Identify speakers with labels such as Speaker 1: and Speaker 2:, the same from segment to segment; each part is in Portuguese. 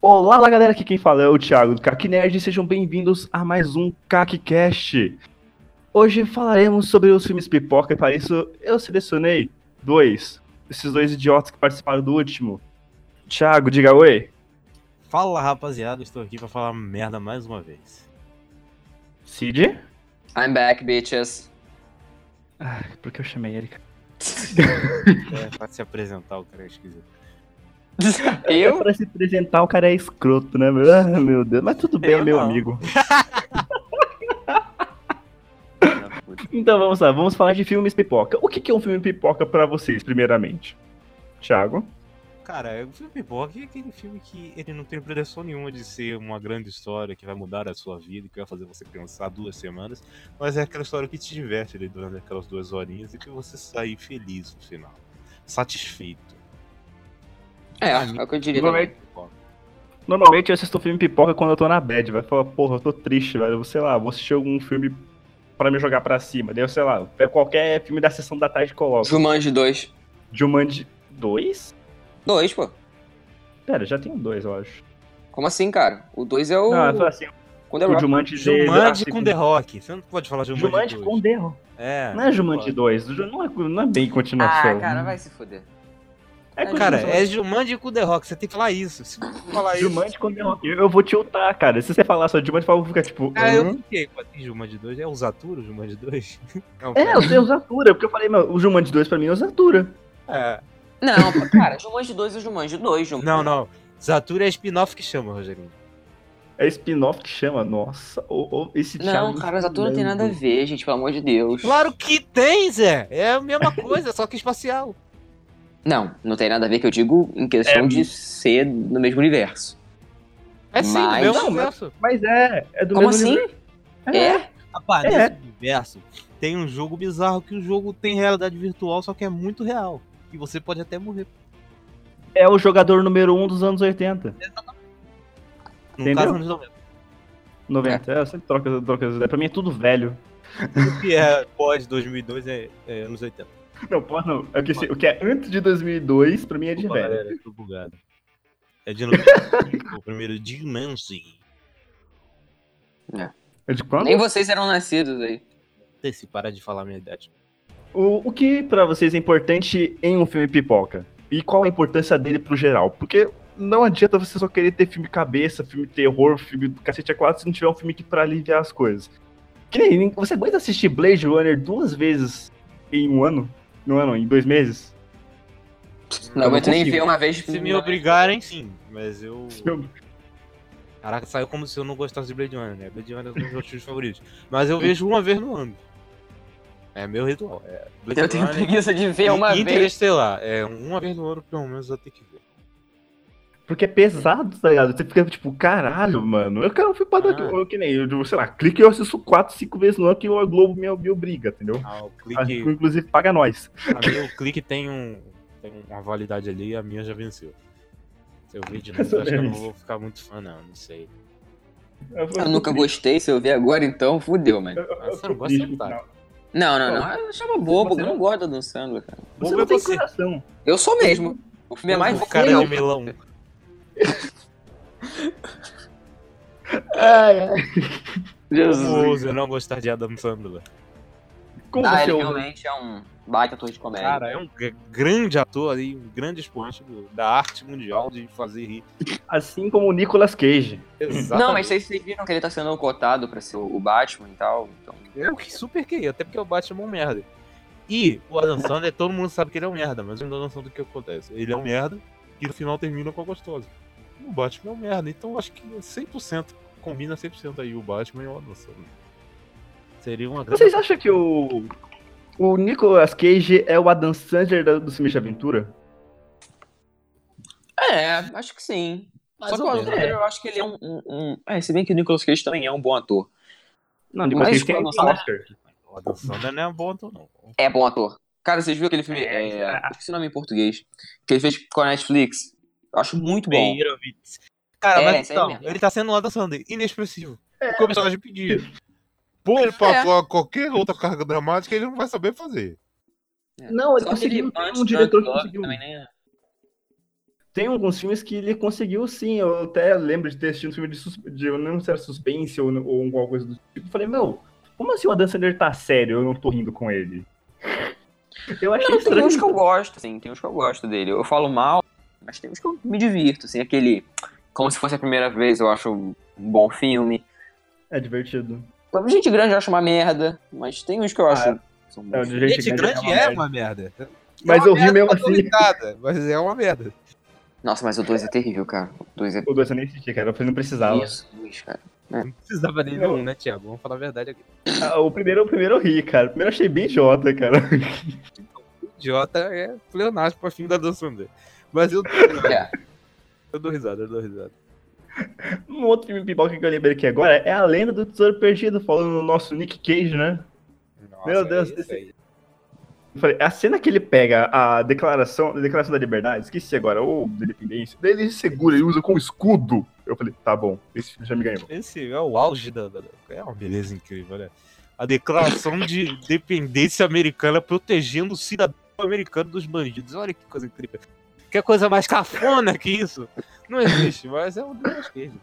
Speaker 1: Olá, lá, galera, aqui quem fala é o Thiago do Cac Nerd e sejam bem-vindos a mais um CacCast. Hoje falaremos sobre os filmes pipoca e para isso eu selecionei dois, esses dois idiotas que participaram do último. Thiago, diga oi.
Speaker 2: Fala rapaziada, estou aqui pra falar merda mais uma vez.
Speaker 1: Cid?
Speaker 3: I'm back, bitches.
Speaker 1: Ah, por que eu chamei ele? cara?
Speaker 2: É, pra se apresentar, o cara é esquisito.
Speaker 3: Eu?
Speaker 1: É Pra se apresentar, o cara é escroto, né? meu? Ah, meu Deus, mas tudo bem,
Speaker 3: Eu
Speaker 1: é meu
Speaker 3: não.
Speaker 1: amigo.
Speaker 2: Filha da puta.
Speaker 1: Então vamos lá, vamos falar de filmes pipoca. O que que é um filme pipoca pra vocês, primeiramente? Thiago?
Speaker 2: Cara, o filme Pipoca é aquele filme que ele não tem pretensão nenhuma de ser uma grande história que vai mudar a sua vida, que vai fazer você pensar duas semanas, mas é aquela história que te diverte ali durante aquelas duas horinhas e que você sai feliz no final. Satisfeito.
Speaker 3: É, é o que eu diria.
Speaker 1: Vamos
Speaker 3: também.
Speaker 2: Pipoca.
Speaker 1: Normalmente eu assisto filme pipoca quando eu tô na bad, vai falar, porra, eu tô triste, velho, eu vou, sei lá, vou assistir algum filme pra me jogar pra cima. Daí eu, sei lá, pego qualquer filme da sessão da tarde e coloco.
Speaker 3: Jumanji 2.
Speaker 1: Jumanji 2?
Speaker 3: 2, pô.
Speaker 1: Pera, já tem um dois, eu acho.
Speaker 3: Como assim, cara? O 2 é o.
Speaker 1: Não, eu falo assim,
Speaker 3: Quando é
Speaker 1: o
Speaker 3: Rock.
Speaker 1: Jumanji de-
Speaker 2: Jumanji
Speaker 1: ah,
Speaker 2: com The Rock. Você não pode falar Jumanji,
Speaker 1: Jumanji
Speaker 2: dois.
Speaker 1: com The Rock.
Speaker 2: É.
Speaker 1: Não é Jumanji 2, não é, não é bem continuação.
Speaker 3: Ah, cara, vai se fuder.
Speaker 1: É
Speaker 3: vai-
Speaker 2: Cara,
Speaker 1: continuação.
Speaker 2: é Jumanji com The Rock. Você tem que falar isso. Se você não falar isso.
Speaker 1: Jumanji com The Rock. Eu eu vou tiltar, cara. Se você falar só Jumanji, eu vou ficar tipo.
Speaker 2: Ah, eu
Speaker 1: hã?
Speaker 2: fiquei. Pô, tem Jumanji 2? É o Zaturo Jumanji 2? Não,
Speaker 1: É,
Speaker 2: pera.
Speaker 1: eu tenho Zatura, porque eu falei, meu, o Jumanji 2 pra mim é o Zatura.
Speaker 2: É.
Speaker 3: Não, pô, cara, Jumanji 2 é Jumanji 2, Jumanji.
Speaker 2: Não, não. Zaturo é spin-off que chama, Rogerinho.
Speaker 1: É spin-off que chama, nossa, o, o- esse
Speaker 3: Não,
Speaker 1: Thiago
Speaker 3: cara, Zatura não tem nada a
Speaker 1: Fernando.
Speaker 3: ver, gente, pelo amor de Deus.
Speaker 2: Claro que tem, Zé! É a mesma coisa, só que espacial.
Speaker 3: Não, não tem nada a ver que eu digo em questão
Speaker 1: É.
Speaker 3: de ser no mesmo universo.
Speaker 2: É sim,
Speaker 3: Mas-
Speaker 2: do mesmo
Speaker 1: Não, mas-
Speaker 2: universo.
Speaker 1: Mas é, é do
Speaker 3: Como
Speaker 1: mesmo
Speaker 3: assim?
Speaker 1: universo.
Speaker 3: É?
Speaker 2: Rapaz,
Speaker 1: É.
Speaker 2: nesse universo tem um jogo bizarro que o jogo tem realidade virtual, só que é muito real. E você pode até morrer.
Speaker 1: É o jogador número 1 um dos anos 80,
Speaker 2: No
Speaker 1: Entendeu?
Speaker 2: caso, não
Speaker 1: 90. É, eu sempre troco, eu troco as ideias. Pra mim é tudo velho.
Speaker 2: O que é pós 2002 é, é anos 80.
Speaker 1: Não, porra, não. É que, se- o que é antes de 2002, pra mim é de
Speaker 2: Desculpa,
Speaker 1: velho.
Speaker 2: galera, tô bugado. É de o primeiro Dimension.
Speaker 1: É de quando?
Speaker 3: Nem vocês eram nascidos aí.
Speaker 2: Se parar de falar a minha idade.
Speaker 1: O, o que pra vocês é importante em um filme pipoca? E qual a importância dele pro geral? Porque não adianta você só querer ter filme cabeça, filme terror, filme do cacete a quatro, se não tiver um filme que pra aliviar as coisas. Que nem, você aguenta assistir Blade Runner duas vezes em um ano? Não, não, em dois meses?
Speaker 3: Não
Speaker 1: Eu não
Speaker 3: aguento nem
Speaker 1: consigo.
Speaker 3: ver uma vez.
Speaker 2: Se me obrigarem, sim. Mas eu.
Speaker 1: Seu-
Speaker 2: Caraca, saiu como se eu não gostasse de Blade Runner, né? Blade Runner é um dos meus filmes favoritos. Mas eu vejo uma vez no ano. É meu ritual. É Blade
Speaker 3: Eu tenho
Speaker 2: Runner
Speaker 3: preguiça de
Speaker 2: e
Speaker 3: ver uma vez.
Speaker 2: Interestelar. É uma vez no ano, pelo menos, eu tenho que ver.
Speaker 1: Porque é pesado, tá ligado? Você fica tipo, caralho, mano. Eu quero um filme padrão,
Speaker 2: Ah.
Speaker 1: eu, que nem, eu, sei lá, clique e eu assisto quatro, cinco vezes no ano que o Globo me, me obriga, entendeu?
Speaker 2: Ah, o
Speaker 1: A
Speaker 2: clique,
Speaker 1: Globo, Inclusive, paga nós.
Speaker 2: a minha, o clique tem, um, tem uma validade ali e a minha já venceu. Se eu ver de novo, eu acho que eu não vou ficar muito fã, não. Não sei.
Speaker 3: Eu nunca gostei, se eu ver agora então, fudeu, mano.
Speaker 2: Ah, você não gosta de otário.
Speaker 3: Não, não, não. Eu chama bobo, eu não gosto do Adam Sandler, cara.
Speaker 2: Vou
Speaker 1: Você não
Speaker 2: ver
Speaker 1: tem
Speaker 2: você.
Speaker 1: coração.
Speaker 3: Eu sou mesmo. O filme é mais
Speaker 2: o
Speaker 3: bobo
Speaker 2: cara um
Speaker 3: que eu.
Speaker 2: de melão. Como
Speaker 1: É,
Speaker 3: Jesus.
Speaker 2: ousa não gostar de Adam Sandler?
Speaker 1: Como
Speaker 3: Ah,
Speaker 1: você
Speaker 3: ele
Speaker 1: ouve?
Speaker 3: realmente é um baita ator de comédia.
Speaker 2: Cara, é um g- grande ator ali, um grande expoente do- da arte mundial de fazer rir.
Speaker 1: Assim como o Nicolas Cage.
Speaker 2: Exatamente.
Speaker 3: não, mas vocês, vocês viram que ele tá sendo cotado pra ser o o Batman e tal. Então...
Speaker 2: Eu que super que até porque o Batman é um merda. E o Adam Sandler, todo mundo sabe que ele é um merda, mas eu não noção do que acontece. Ele é um merda e no final termina com a gostosa. O Batman é um merda, então eu acho que é 100%, combina 100% aí o Batman e o Adam Sandler. Seria uma grande...
Speaker 1: Vocês acham que o. O Nicolas Cage é o Adam Sandler da- do filme de aventura?
Speaker 3: É, acho que sim.
Speaker 2: Mais
Speaker 3: Só que
Speaker 2: ou
Speaker 3: o
Speaker 2: menos.
Speaker 3: Adam Sandler, eu acho que ele é um, um- um- É, se bem que o Nicolas Cage também é um bom ator.
Speaker 1: Não, o Nicolas
Speaker 3: Mas
Speaker 1: Cage tem
Speaker 3: quando
Speaker 1: um
Speaker 3: sai-
Speaker 1: Oscar.
Speaker 2: O Adam Sandler não é bom ator, não.
Speaker 3: É bom ator. Cara, vocês viram aquele filme.
Speaker 1: É,
Speaker 3: É, Esqueci o nome em português. Que ele fez com a Netflix. Eu acho muito bom.
Speaker 2: Meirovitz. Cara,
Speaker 3: É,
Speaker 2: mas
Speaker 3: isso aí
Speaker 2: então,
Speaker 3: mesmo.
Speaker 2: ele tá sendo um Adam Sandler inexpressivo. O que o personagem pedia. Põe É. ele pra
Speaker 3: É.
Speaker 2: atuar qualquer outra carga dramática, ele não vai saber fazer.
Speaker 3: É.
Speaker 1: Não, ele
Speaker 3: Só aquele
Speaker 1: conseguiu.
Speaker 3: Punch
Speaker 1: Tem um diretor
Speaker 3: Drunk
Speaker 1: que
Speaker 3: Love
Speaker 1: conseguiu.
Speaker 3: também, né?
Speaker 1: Tem alguns filmes que ele conseguiu, sim. Eu até lembro de ter assistido um filme de, sus- de eu não sei se era suspense ou, ou alguma coisa do tipo. Eu Falei, meu, como assim o Adam Sandler tá sério? Eu não tô rindo com ele. Eu achei
Speaker 3: Não, tem
Speaker 1: estranho.
Speaker 3: uns que eu gosto, assim, tem uns que eu gosto dele. Eu falo mal, mas tem uns que eu me divirto, assim, aquele. Como se fosse a primeira vez, eu acho um bom filme.
Speaker 1: É divertido.
Speaker 3: Pra gente grande eu acho uma merda, mas tem uns que eu acho. que são
Speaker 1: É,
Speaker 3: bons.
Speaker 1: de
Speaker 2: Gente, grande
Speaker 1: uma
Speaker 2: é
Speaker 1: merda.
Speaker 2: uma merda. É
Speaker 1: Mas
Speaker 2: uma
Speaker 1: eu ri
Speaker 2: merda
Speaker 1: mesmo assim.
Speaker 2: facilitada, Mas é uma merda.
Speaker 3: Nossa, mas o 2 é terrível, cara. O 2 é.
Speaker 1: O dois eu nem assisti, cara. Eu falei, não precisava.
Speaker 3: Jesus, cara.
Speaker 2: Não precisava nem
Speaker 1: Não.
Speaker 2: nenhum, né, Thiago? Vamos falar a verdade aqui.
Speaker 1: Ah, o, primeiro, o primeiro eu ri, cara. O primeiro eu achei bem idiota, cara.
Speaker 2: Idiota é pleonasmo pra filme da Dan Sandler. Mas eu,
Speaker 3: É.
Speaker 2: eu dou risada, eu dou risada.
Speaker 1: Um outro filme pipoca que eu lembrei aqui agora é A Lenda do Tesouro Perdido, falando no nosso Nick Cage, né? Meu Deus,
Speaker 2: é isso aí.
Speaker 1: Eu falei, a cena que ele pega a declaração, a declaração da liberdade, esqueci agora, ou da independência, daí ele segura e usa como escudo. Eu falei, tá bom, esse filme já me ganhou.
Speaker 2: Esse é o auge da. da- da- É uma beleza incrível, né? A declaração de independência americana protegendo o cidadão americano dos bandidos. Olha que coisa incrível. Que coisa mais cafona que isso? Não existe, mas é um Deus queijo.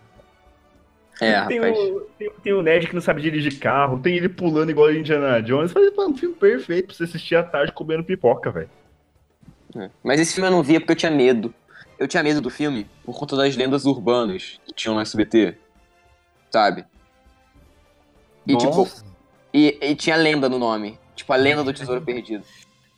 Speaker 3: É,
Speaker 1: Tem
Speaker 3: rapaz.
Speaker 1: o, tem, tem o Nerd que não sabe dirigir carro, tem ele pulando igual o Indiana Jones. Eu falei, mano, um filme perfeito pra você assistir à tarde comendo pipoca, velho. um-
Speaker 3: É. Mas esse filme eu não via porque eu tinha medo. Eu tinha medo do filme por conta das lendas urbanas que tinham no SBT. Sabe? E tipo,
Speaker 1: Nossa.
Speaker 3: e, e tinha lenda no nome. Tipo, a lenda do tesouro perdido.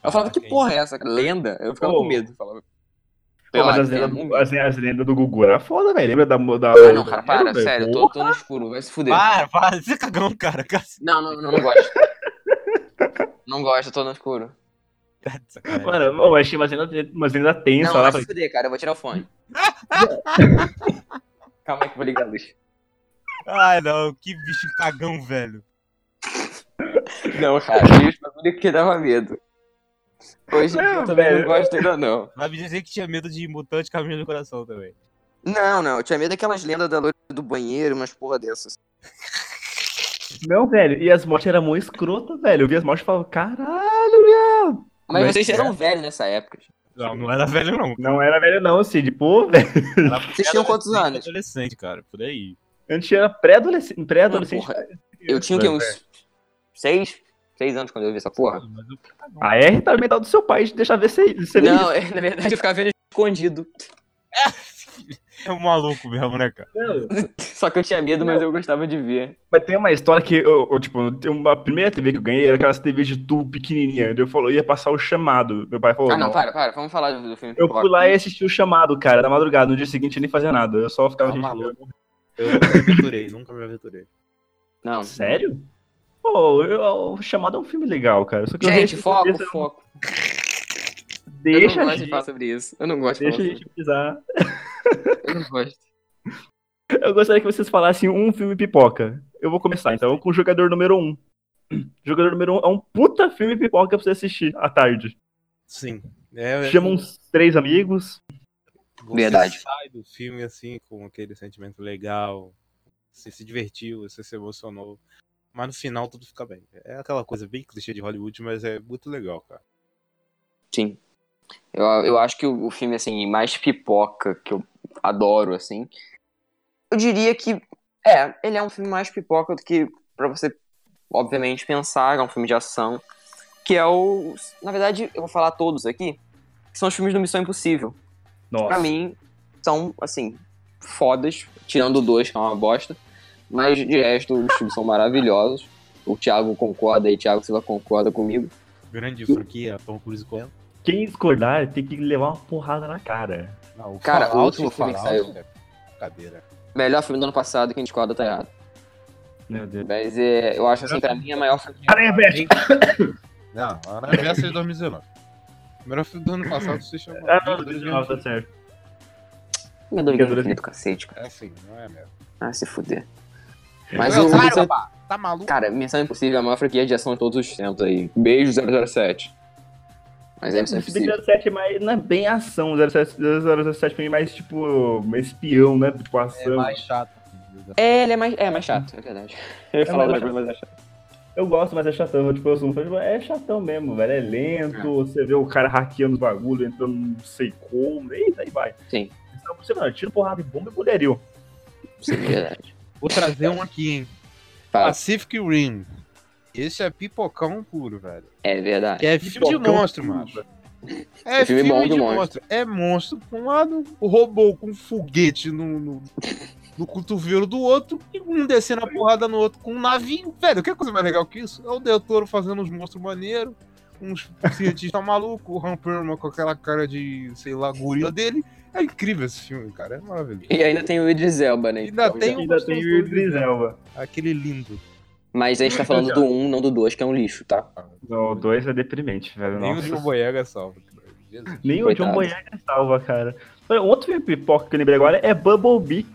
Speaker 3: Eu falava, que porra é essa? cara? Lenda? Eu ficava
Speaker 1: Ah, Pô.
Speaker 3: com medo. Falava,
Speaker 1: Pô, mas
Speaker 3: "Pela
Speaker 1: as lendas,
Speaker 3: terra,
Speaker 1: do- as, as lendas do Gugu era foda, velho. Lembra da. da
Speaker 3: Ah, não, cara, para,
Speaker 1: velho?
Speaker 3: sério, tô, tô no escuro, vai se fuder.
Speaker 2: Para, para, você é cagão, cara. cara, você
Speaker 3: Não, não, não, não gosto. não gosto, tô no escuro.
Speaker 2: tá de sacanagem.
Speaker 1: Mano, eu achei umas lendas, umas lendas tensas lá.
Speaker 3: não, vai
Speaker 1: Falei,
Speaker 3: se fuder, cara, eu vou tirar o fone. Calma aí que eu vou ligar a luz.
Speaker 2: Ai, não, que bicho cagão, velho.
Speaker 3: Não, cara, eu escolhi que dava medo. Hoje em dia eu
Speaker 1: Não,
Speaker 3: também
Speaker 1: velho.
Speaker 3: não gosto ainda, não.
Speaker 2: Vai me dizer que tinha medo de mutante caminho do coração também.
Speaker 3: Não, não, eu tinha medo daquelas lendas da loira do banheiro, umas porra dessas.
Speaker 1: Não, velho. E as mortes eram muito escrotas, velho. Eu vi as mortes e falava, caralho, velho.
Speaker 3: Mas,
Speaker 1: Mas
Speaker 3: vocês
Speaker 1: é.
Speaker 3: eram velhos nessa época. gente.
Speaker 2: Não, não era velho, não.
Speaker 1: Não era velho, não, Cid. Pô, velho.
Speaker 2: Era
Speaker 3: Vocês tinham quantos anos?
Speaker 2: Adolescente, cara, por aí.
Speaker 1: A gente era pré-adolescente. Pré-adolescente.
Speaker 3: Porra, Eu tinha o quê?
Speaker 1: Velho.
Speaker 3: Uns seis? Seis anos quando eu vi essa porra?
Speaker 2: Mas eu- cagão.
Speaker 1: A R tá mental do seu pai de deixar ver se você
Speaker 3: Não, é, na verdade eu ficava vendo escondido.
Speaker 2: É um maluco mesmo, né, cara?
Speaker 3: Só que eu tinha medo, mas eu gostava de ver.
Speaker 1: Mas tem uma história que eu, eu, tipo, tem uma a primeira TV que eu ganhei era aquelas TV de tubo pequenininha. Eu falou, ia passar o chamado. Meu pai falou,
Speaker 3: Ah, não,
Speaker 1: "Não."
Speaker 3: para, para, vamos falar do, do filme.
Speaker 1: Eu
Speaker 3: Pipoca.
Speaker 1: fui lá e assisti o chamado, cara, na madrugada. No dia seguinte eu nem fazia nada. Eu só ficava
Speaker 2: Tá
Speaker 1: gente,
Speaker 2: maluco. Eu nunca me aventurei, nunca me aventurei.
Speaker 3: Não.
Speaker 1: Sério? Pô, eu- o chamado é um filme legal, cara. Só que eu
Speaker 3: Gente,
Speaker 1: vejo-
Speaker 3: foco,
Speaker 1: deixa-
Speaker 3: foco. eu
Speaker 1: Deixa
Speaker 3: não
Speaker 1: a
Speaker 3: gosto de
Speaker 1: gente,
Speaker 3: falar sobre isso. Eu não gosto de
Speaker 1: deixa a
Speaker 3: falar sobre
Speaker 1: gente pisar.
Speaker 3: isso. Eu não gosto.
Speaker 1: Eu gostaria que vocês falassem um filme pipoca. Eu vou começar então com o jogador número Um. Jogador número Um é um puta filme pipoca pra você assistir à tarde.
Speaker 2: Sim. É,
Speaker 1: Chama um uns três amigos.
Speaker 2: você
Speaker 3: Verdade.
Speaker 2: sai do filme assim, com aquele sentimento legal. Você se divertiu, você se emocionou. Mas no final tudo fica bem. É aquela coisa bem clichê de Hollywood, mas é muito legal, cara.
Speaker 3: Sim. Eu, eu acho que o, o filme, assim, mais pipoca, que eu adoro, assim. Eu diria que. É, ele é um filme mais pipoca do que pra você, obviamente, pensar. É um filme de ação. Que é o. Na verdade, eu vou falar todos aqui. Que são os filmes do Missão Impossível.
Speaker 1: Nossa.
Speaker 3: Pra mim, são, assim, fodas. Tirando o dois, que é uma bosta. Mas de resto, os filmes são maravilhosos. O Thiago concorda e o Thiago Silva concorda comigo.
Speaker 2: Grande franquia, Tom Cruise correndo.
Speaker 1: Quem discordar tem que levar uma porrada na cara.
Speaker 2: Não, o
Speaker 3: Cara, o
Speaker 2: Fallout,
Speaker 3: último filme que saiu.
Speaker 2: Fallout é Brincadeira.
Speaker 3: Melhor filme do ano passado, quem discorda tá errado.
Speaker 1: Meu Deus.
Speaker 3: Mas é, eu acho assim, pra mim, a maior franquia.
Speaker 1: Aranha Verde!
Speaker 2: Não, a Universo é 2019. O melhor filme do ano passado se chama.
Speaker 1: Ah, não, 2019, tá certo.
Speaker 3: Meu Deus, Vingadores Infinito, né, cacete, cara.
Speaker 2: É assim, não é mesmo.
Speaker 3: Ah, se fuder. Mas
Speaker 2: Não,
Speaker 3: o.
Speaker 2: para,
Speaker 3: Missão-
Speaker 2: babá, Tá maluco?
Speaker 3: Cara, Missão Impossível é a maior franquia de ação de todos os tempos aí. Beijo 007. Mas é Missão
Speaker 1: O
Speaker 3: Impossível.
Speaker 1: 007 é mais, não é bem ação. O 007, o 007 pra mim é mais tipo espião, né? Tipo ação.
Speaker 2: chato.
Speaker 3: É, ele é mais, é mais chato, é verdade. Eu ia falar
Speaker 1: mais
Speaker 3: outra coisa, mas é chato.
Speaker 1: Eu gosto, mas é chatão. Eu, Tipo, eu sou um fã, tipo, é chatão mesmo, velho. É lento, você vê o cara hackeando os bagulho, entrando não sei como, e daí vai.
Speaker 3: Sim.
Speaker 1: Então, você, mano, tiro porrada e bomba e mulherio.
Speaker 3: Sim, é verdade.
Speaker 2: Vou trazer um aqui, hein?
Speaker 3: Fala.
Speaker 2: É. Pacific Rim. Esse é pipocão puro, velho.
Speaker 3: É verdade.
Speaker 2: Que é filme de
Speaker 1: Pipocão
Speaker 2: monstro,
Speaker 1: puro,
Speaker 2: macho. É
Speaker 3: filme
Speaker 2: filme,
Speaker 3: bom
Speaker 2: de
Speaker 3: de
Speaker 2: monstro. É monstro pra um lado, o robô com um foguete no, no, no cotovelo do outro, e um descendo a porrada no outro com um navio. Velho, que coisa mais legal que isso? É o Del Toro fazendo uns monstros maneiros, uns cientistas malucos, o Han Perlman com aquela cara de, sei lá, gorila dele. É incrível esse filme, cara. É maravilhoso.
Speaker 3: E ainda tem o Idris Elba, né?
Speaker 2: Ainda
Speaker 3: então,
Speaker 2: tem
Speaker 3: já-
Speaker 2: um-
Speaker 1: Ainda tem o Idris Elba.
Speaker 2: Aquele lindo.
Speaker 3: Mas a gente tá falando do 1, um, não do 2, que é um lixo, tá?
Speaker 1: Não, o 2 é deprimente, velho.
Speaker 2: Nem o
Speaker 1: Nossa.
Speaker 2: John Boyega salva. Jesus.
Speaker 1: Nem o John
Speaker 3: Coitado.
Speaker 1: Boyega é salva, cara. Olha, um Outro filme pipoca que eu lembrei agora é Bumblebee.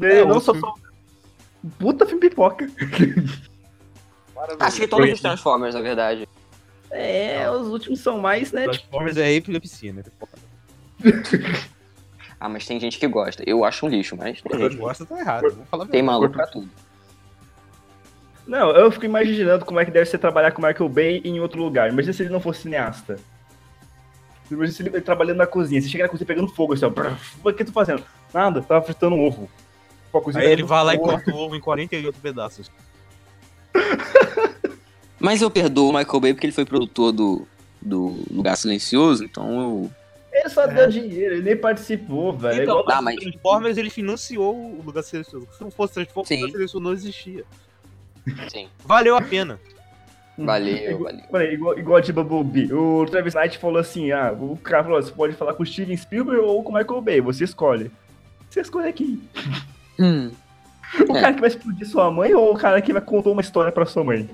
Speaker 2: É,
Speaker 1: eu não
Speaker 2: outro
Speaker 1: sou
Speaker 2: filme.
Speaker 1: só. um Puta filme pipoca.
Speaker 3: Acho que todos os Transformers, na verdade.
Speaker 1: É, os últimos são mais, né?
Speaker 2: Transformers é epilepsia, né?
Speaker 3: Ah, mas tem gente que gosta. Eu acho um lixo, mas tem,
Speaker 2: Quem
Speaker 3: gente.
Speaker 2: gosta tá errado. Vamos falar a
Speaker 3: Tem
Speaker 2: verdade.
Speaker 3: maluco pra tudo.
Speaker 1: Não, eu fico imaginando como é que deve ser trabalhar com o Michael Bay em outro lugar. Imagina se ele não fosse cineasta. Imagina se ele trabalhando na cozinha. Você chega na cozinha pegando fogo, assim, ó. brrr, O que tu fazendo? Nada, tava fritando um ovo. Pô, a cozinha
Speaker 2: Aí ele
Speaker 1: pegando
Speaker 2: vai lá e
Speaker 1: fogo.
Speaker 2: corta o ovo em 48 pedaços.
Speaker 3: Mas eu perdoo o Michael Bay porque ele foi produtor do, do Lugar Silencioso, então eu.
Speaker 1: Ele só
Speaker 2: É.
Speaker 1: deu dinheiro, ele nem participou, velho. É
Speaker 2: Então,
Speaker 1: igual-
Speaker 3: Ah,
Speaker 2: mas
Speaker 3: mas-
Speaker 2: o Transformers ele financiou o Lugar Silencioso. Se não fosse Transformers, o
Speaker 3: Sim.
Speaker 2: Lugar Silencioso não existia.
Speaker 3: Sim.
Speaker 2: Valeu a pena.
Speaker 3: Valeu, valeu.
Speaker 1: Mano, é igual, igual a de Bumblebee. O Travis Knight falou assim: ah, o cara falou, você pode falar com o Steven Spielberg ou com o Michael Bay, você escolhe. Você escolhe aqui. O
Speaker 3: É.
Speaker 1: cara que vai explodir sua mãe ou o cara que vai contar uma história pra sua mãe?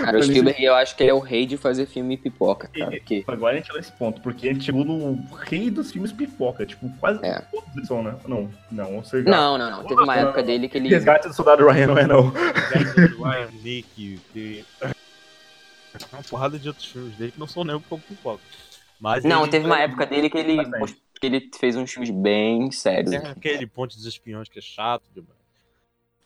Speaker 3: Cara, o Spielberg, eu acho que ele é o rei de fazer filme pipoca, cara. Porque
Speaker 1: Agora a gente olha esse ponto, porque a gente chegou no rei dos filmes pipoca, tipo, quase
Speaker 3: É.
Speaker 1: todos eles são, né? Não, não, ou seja,
Speaker 3: Não, não, não. Teve uma época dele que ele.
Speaker 1: Resgate do Soldado Ryan não é não.
Speaker 2: Ryan, Nick, tem- uma porrada de outros filmes dele que não são nem um pouco pipoca. Mas
Speaker 3: Não,
Speaker 2: ele-
Speaker 3: teve uma época dele que ele,
Speaker 1: Bastante.
Speaker 3: que ele fez uns filmes bem sérios.
Speaker 2: Tem aquele Ponte dos Espiões que é chato demais.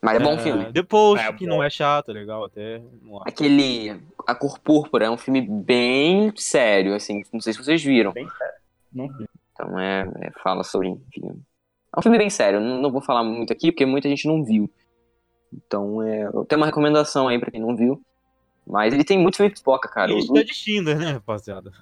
Speaker 3: Mas é bom
Speaker 2: É,
Speaker 3: filme.
Speaker 2: The Post,
Speaker 1: É
Speaker 2: que
Speaker 1: bom.
Speaker 2: não é chato, é legal até. Não acho.
Speaker 3: Aquele. A Cor Púrpura é um filme bem sério, assim. Não sei se vocês viram.
Speaker 1: Não,
Speaker 3: Então é. é- fala sobre. Enfim. É um filme bem sério. Não, não vou falar muito aqui, porque muita gente não viu. Então é. Eu tenho uma recomendação aí pra quem não viu. Mas ele tem muito filme pipoca, cara.
Speaker 2: E
Speaker 3: O-
Speaker 2: Isso é de Tinder, né, rapaziada?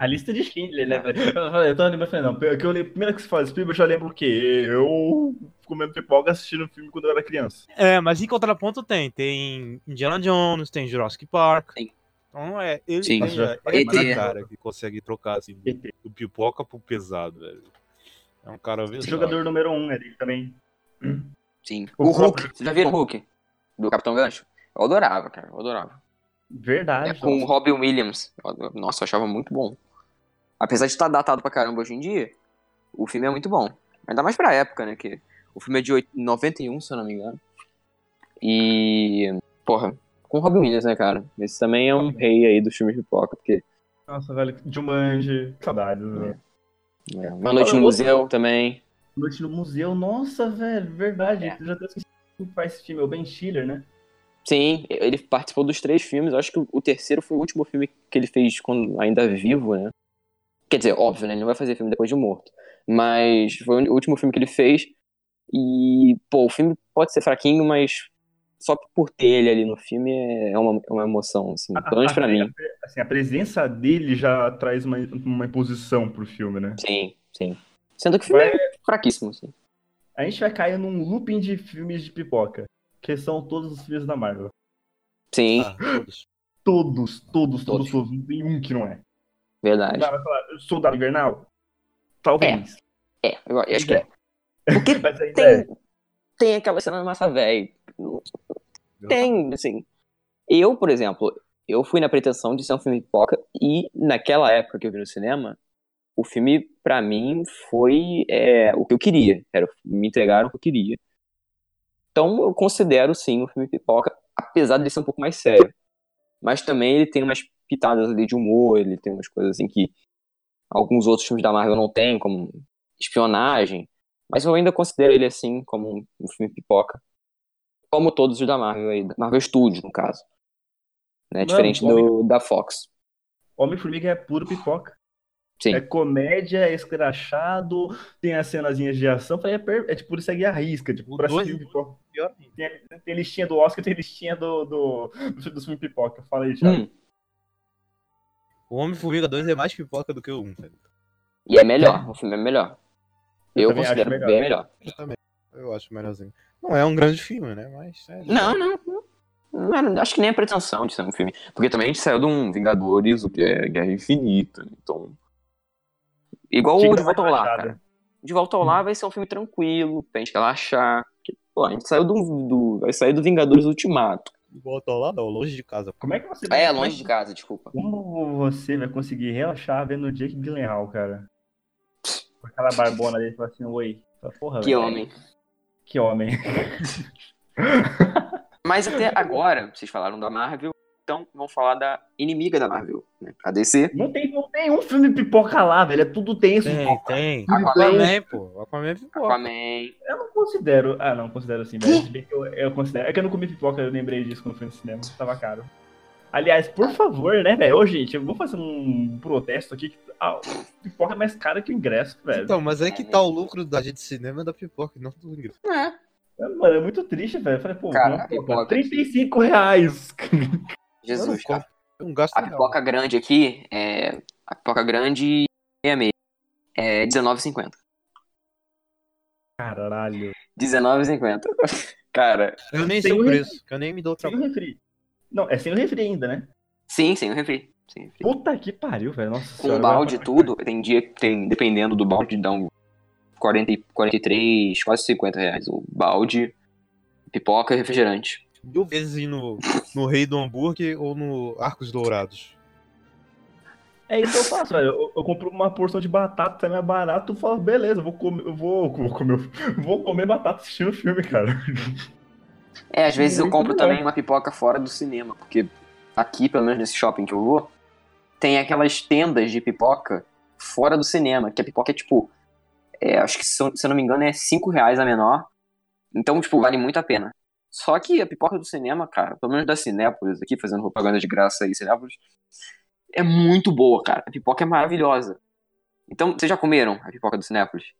Speaker 1: A lista de Schindler, né? velho? Eu falei, Eu tô lembrando, eu falei, não, pelo que eu lembro, primeiro que você fala Spielberg, eu já lembro o quê? Eu comendo pipoca assistindo filme quando eu era criança.
Speaker 2: É, mas em contraponto tem. Tem Indiana Jones, tem Jurassic Park.
Speaker 3: Sim.
Speaker 2: Então é, ele
Speaker 3: Sim.
Speaker 2: tem, é,
Speaker 1: Mas já-
Speaker 2: ele tem
Speaker 3: ET.
Speaker 2: um cara que consegue trocar assim, do,
Speaker 1: ET.
Speaker 2: do pipoca pro pesado, velho. É um cara
Speaker 1: Esse
Speaker 2: versátil.
Speaker 1: Jogador número um ali também.
Speaker 3: Sim.
Speaker 1: O
Speaker 3: O Hulk.
Speaker 1: próprio-
Speaker 3: Vocês já viram o Hulk? Do Capitão Gancho? Eu adorava, cara. Eu adorava.
Speaker 1: Verdade.
Speaker 3: É com o Robin Williams. Eu- Nossa, eu achava muito bom. Apesar de estar datado pra caramba hoje em dia, o filme é muito bom. Ainda mais pra época, né? Que o filme é de oit- 91, se eu não me engano. E. Porra, com o Robin Williams, né, cara? Esse também é um rei aí dos filmes de pipoca, porque.
Speaker 1: Nossa, velho, Jumanji. Saudades, né? velho.
Speaker 3: é, Uma Noite no Museu também.
Speaker 1: Noite no Museu, nossa, velho, verdade.
Speaker 3: É.
Speaker 1: Eu já até esqueci quem faz esse filme, é o Ben Stiller, né?
Speaker 3: Sim, ele participou dos três filmes. Eu acho que o terceiro foi o último filme que ele fez quando ainda vivo, né? Quer dizer, óbvio, né? Ele não vai fazer filme depois de morto. Mas foi o último filme que ele fez. E, pô, o filme pode ser fraquinho, mas só por ter ele ali no filme é uma, é uma emoção, assim. Pelo menos pra mim.
Speaker 1: Assim, a presença dele já traz uma, uma imposição pro filme, né?
Speaker 3: Sim, sim. Sendo que o filme é fraquíssimo, assim.
Speaker 1: A gente vai cair num looping de filmes de pipoca, que são todos os filmes da Marvel.
Speaker 3: Sim,
Speaker 2: Ah, todos.
Speaker 1: Todos, todos, todos,
Speaker 3: Todos.
Speaker 1: todos. Não tem um que não é. O
Speaker 3: verdade.
Speaker 1: cara vai falar, Soldado Invernal? Talvez.
Speaker 3: É, eu acho que é. Porque
Speaker 1: Mas ainda é.
Speaker 3: tem, tem aquela cena da massa velha. Tem, assim. Eu, por exemplo, eu fui na pretensão de ser um filme pipoca e naquela época que eu vi no cinema, o filme, pra mim, foi é, o que eu queria. Era, me entregaram o que eu queria. Então eu considero, sim, um filme pipoca, apesar dele ser um pouco mais sério. Mas também ele tem umas pitadas ali de humor, ele tem umas coisas assim que alguns outros filmes da Marvel não têm, como espionagem. Mas eu ainda considero ele assim como um, um filme pipoca. Como todos os da Marvel aí, da Marvel Studios, no caso. Né?
Speaker 1: Não,
Speaker 3: Diferente do, da Fox.
Speaker 1: Homem-Formiga é puro pipoca.
Speaker 3: Sim.
Speaker 1: É comédia, é escrachado, tem as cenazinhas de ação. falei, É, per- é tipo, ele segue a risca. Tipo,
Speaker 2: O
Speaker 1: pra
Speaker 2: dois-
Speaker 1: assistir o pipoca.
Speaker 2: é
Speaker 1: Tem, tem listinha do Oscar, tem listinha do, do, do, do filme pipoca. Fala aí, Thiago.
Speaker 3: Hum,
Speaker 2: O Homem-Formiga 2 é mais pipoca do que o 1, velho.
Speaker 3: E é melhor, o filme é melhor.
Speaker 1: Eu
Speaker 3: Eu,
Speaker 1: também acho
Speaker 3: considero
Speaker 1: melhor.
Speaker 3: bem melhor.
Speaker 2: Eu acho melhorzinho. Não é um grande filme, né? Mas. É...
Speaker 3: Não, não. não. Não era- acho que nem a pretensão de ser um filme. Porque também a gente saiu de um Vingadores, o que é Guerra Infinita, né? Então. Igual
Speaker 1: Tinha
Speaker 3: o
Speaker 1: que
Speaker 3: De
Speaker 1: dar
Speaker 3: Volta ao
Speaker 1: uma
Speaker 3: Lar,
Speaker 1: baixada.
Speaker 3: cara. De Volta ao Lar vai ser um filme tranquilo, pra gente relaxar. Porque, pô, a gente saiu do, do- Vai sair do Vingadores Ultimato.
Speaker 2: Volta lá, não, longe de casa.
Speaker 1: Como é que você
Speaker 3: É, longe de casa, desculpa.
Speaker 1: Como você vai conseguir relaxar vendo o Jake Gyllenhaal, cara? Com aquela barbona dele, fala assim, oi. Fala, Porra,
Speaker 3: Que
Speaker 1: velho,
Speaker 3: homem.
Speaker 1: Que homem.
Speaker 3: Mas até agora, vocês falaram da Marvel, então vamos falar da inimiga da Marvel, né? A DC.
Speaker 1: Não tem, não tem um filme pipoca lá, velho. É tudo tenso.
Speaker 2: Tem, tem.
Speaker 1: Aquaman,
Speaker 2: Aquaman, pô. Aquaman é pipoca.
Speaker 3: Aquaman.
Speaker 1: Hum. Eu não considero. Ah, não, considero assim, velho. Se bem que Eu, eu considero. É que eu não comi pipoca, eu lembrei disso quando fui no cinema. Tava caro. Aliás, por favor, né, velho? Ô, gente, eu vou fazer um protesto aqui. Que, ah, pipoca é mais cara que o ingresso, velho.
Speaker 2: Então, mas aí que tá o lucro da gente de cinema é da pipoca, não do ingresso.
Speaker 3: É.
Speaker 1: Mano, é muito triste, velho. Eu Falei, pô,
Speaker 3: Cara,
Speaker 1: uma
Speaker 3: a pipoca-
Speaker 1: 35 reais.
Speaker 2: Eu não
Speaker 3: Jesus, cara.
Speaker 2: compro. Eu não gasto
Speaker 3: A
Speaker 2: real.
Speaker 3: pipoca grande aqui é. A pipoca grande meia meia. É 19,50.
Speaker 1: Caralho.
Speaker 3: 19,50. Cara,
Speaker 2: Eu nem
Speaker 1: Tem
Speaker 2: sei o
Speaker 1: um-
Speaker 2: preço, que eu nem me dou
Speaker 1: Sem
Speaker 2: trabalho.
Speaker 1: o refri. Não, é sem o refri ainda, né?
Speaker 3: sim, sem o refri. Sem o refri.
Speaker 1: Puta que pariu, velho. Nossa
Speaker 3: Com o balde e tudo, tem dia que tem, dependendo do balde, dá um 40, e- 43, quase 50 reais. O balde, pipoca e refrigerante.
Speaker 2: Mil vezes ir no, no Rei do Hambúrguer ou no Arcos Dourados.
Speaker 1: É isso que eu faço, velho. Eu, eu compro uma porção de batata, também é barato. Eu falo, beleza, eu vou comer, eu vou, vou comer, vou comer batata assistindo filme, cara.
Speaker 3: É, às vezes eu
Speaker 1: Muito
Speaker 3: compro
Speaker 1: melhor.
Speaker 3: também uma pipoca fora do cinema, porque aqui, pelo menos nesse shopping que eu vou, tem aquelas tendas de pipoca fora do cinema, que a pipoca é tipo, é, acho que se eu se eu não me engano é 5 reais a menor, então tipo, vale muito a pena. Só que a pipoca do cinema, cara, pelo menos da Cinépolis aqui, fazendo propaganda de graça aí, Cinépolis, é muito boa, cara, a pipoca é maravilhosa. Então, vocês já comeram a pipoca do Cinépolis?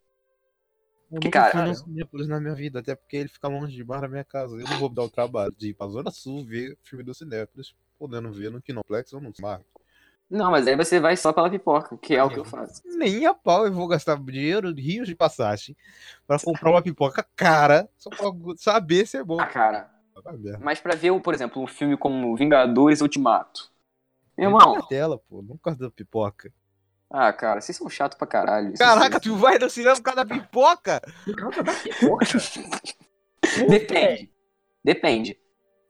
Speaker 2: Eu
Speaker 3: Que
Speaker 2: nunca
Speaker 3: cara?
Speaker 2: fui no Cinépolis na minha vida, até porque ele fica longe demais da minha casa. Eu não vou me dar o trabalho de ir pra Zona Sul ver filme do Cinépolis, podendo ver no Kinoplex ou no Smart.
Speaker 3: Não, mas aí você vai só pela pipoca, que é o que eu faço.
Speaker 2: Nem a pau eu vou gastar dinheiro, rios de passagem, pra comprar uma pipoca cara, só pra saber se é bom.
Speaker 3: Ah, cara,
Speaker 2: Tá merda.
Speaker 3: Mas pra ver, por exemplo, um filme como Vingadores Ultimato. Meu irmão,
Speaker 2: Na tela, pô, não por causa da pipoca.
Speaker 3: ah, cara, vocês são chato pra caralho. Vocês-
Speaker 2: Caraca, tu vai no cinema por causa da pipoca?
Speaker 3: Depende. Depende.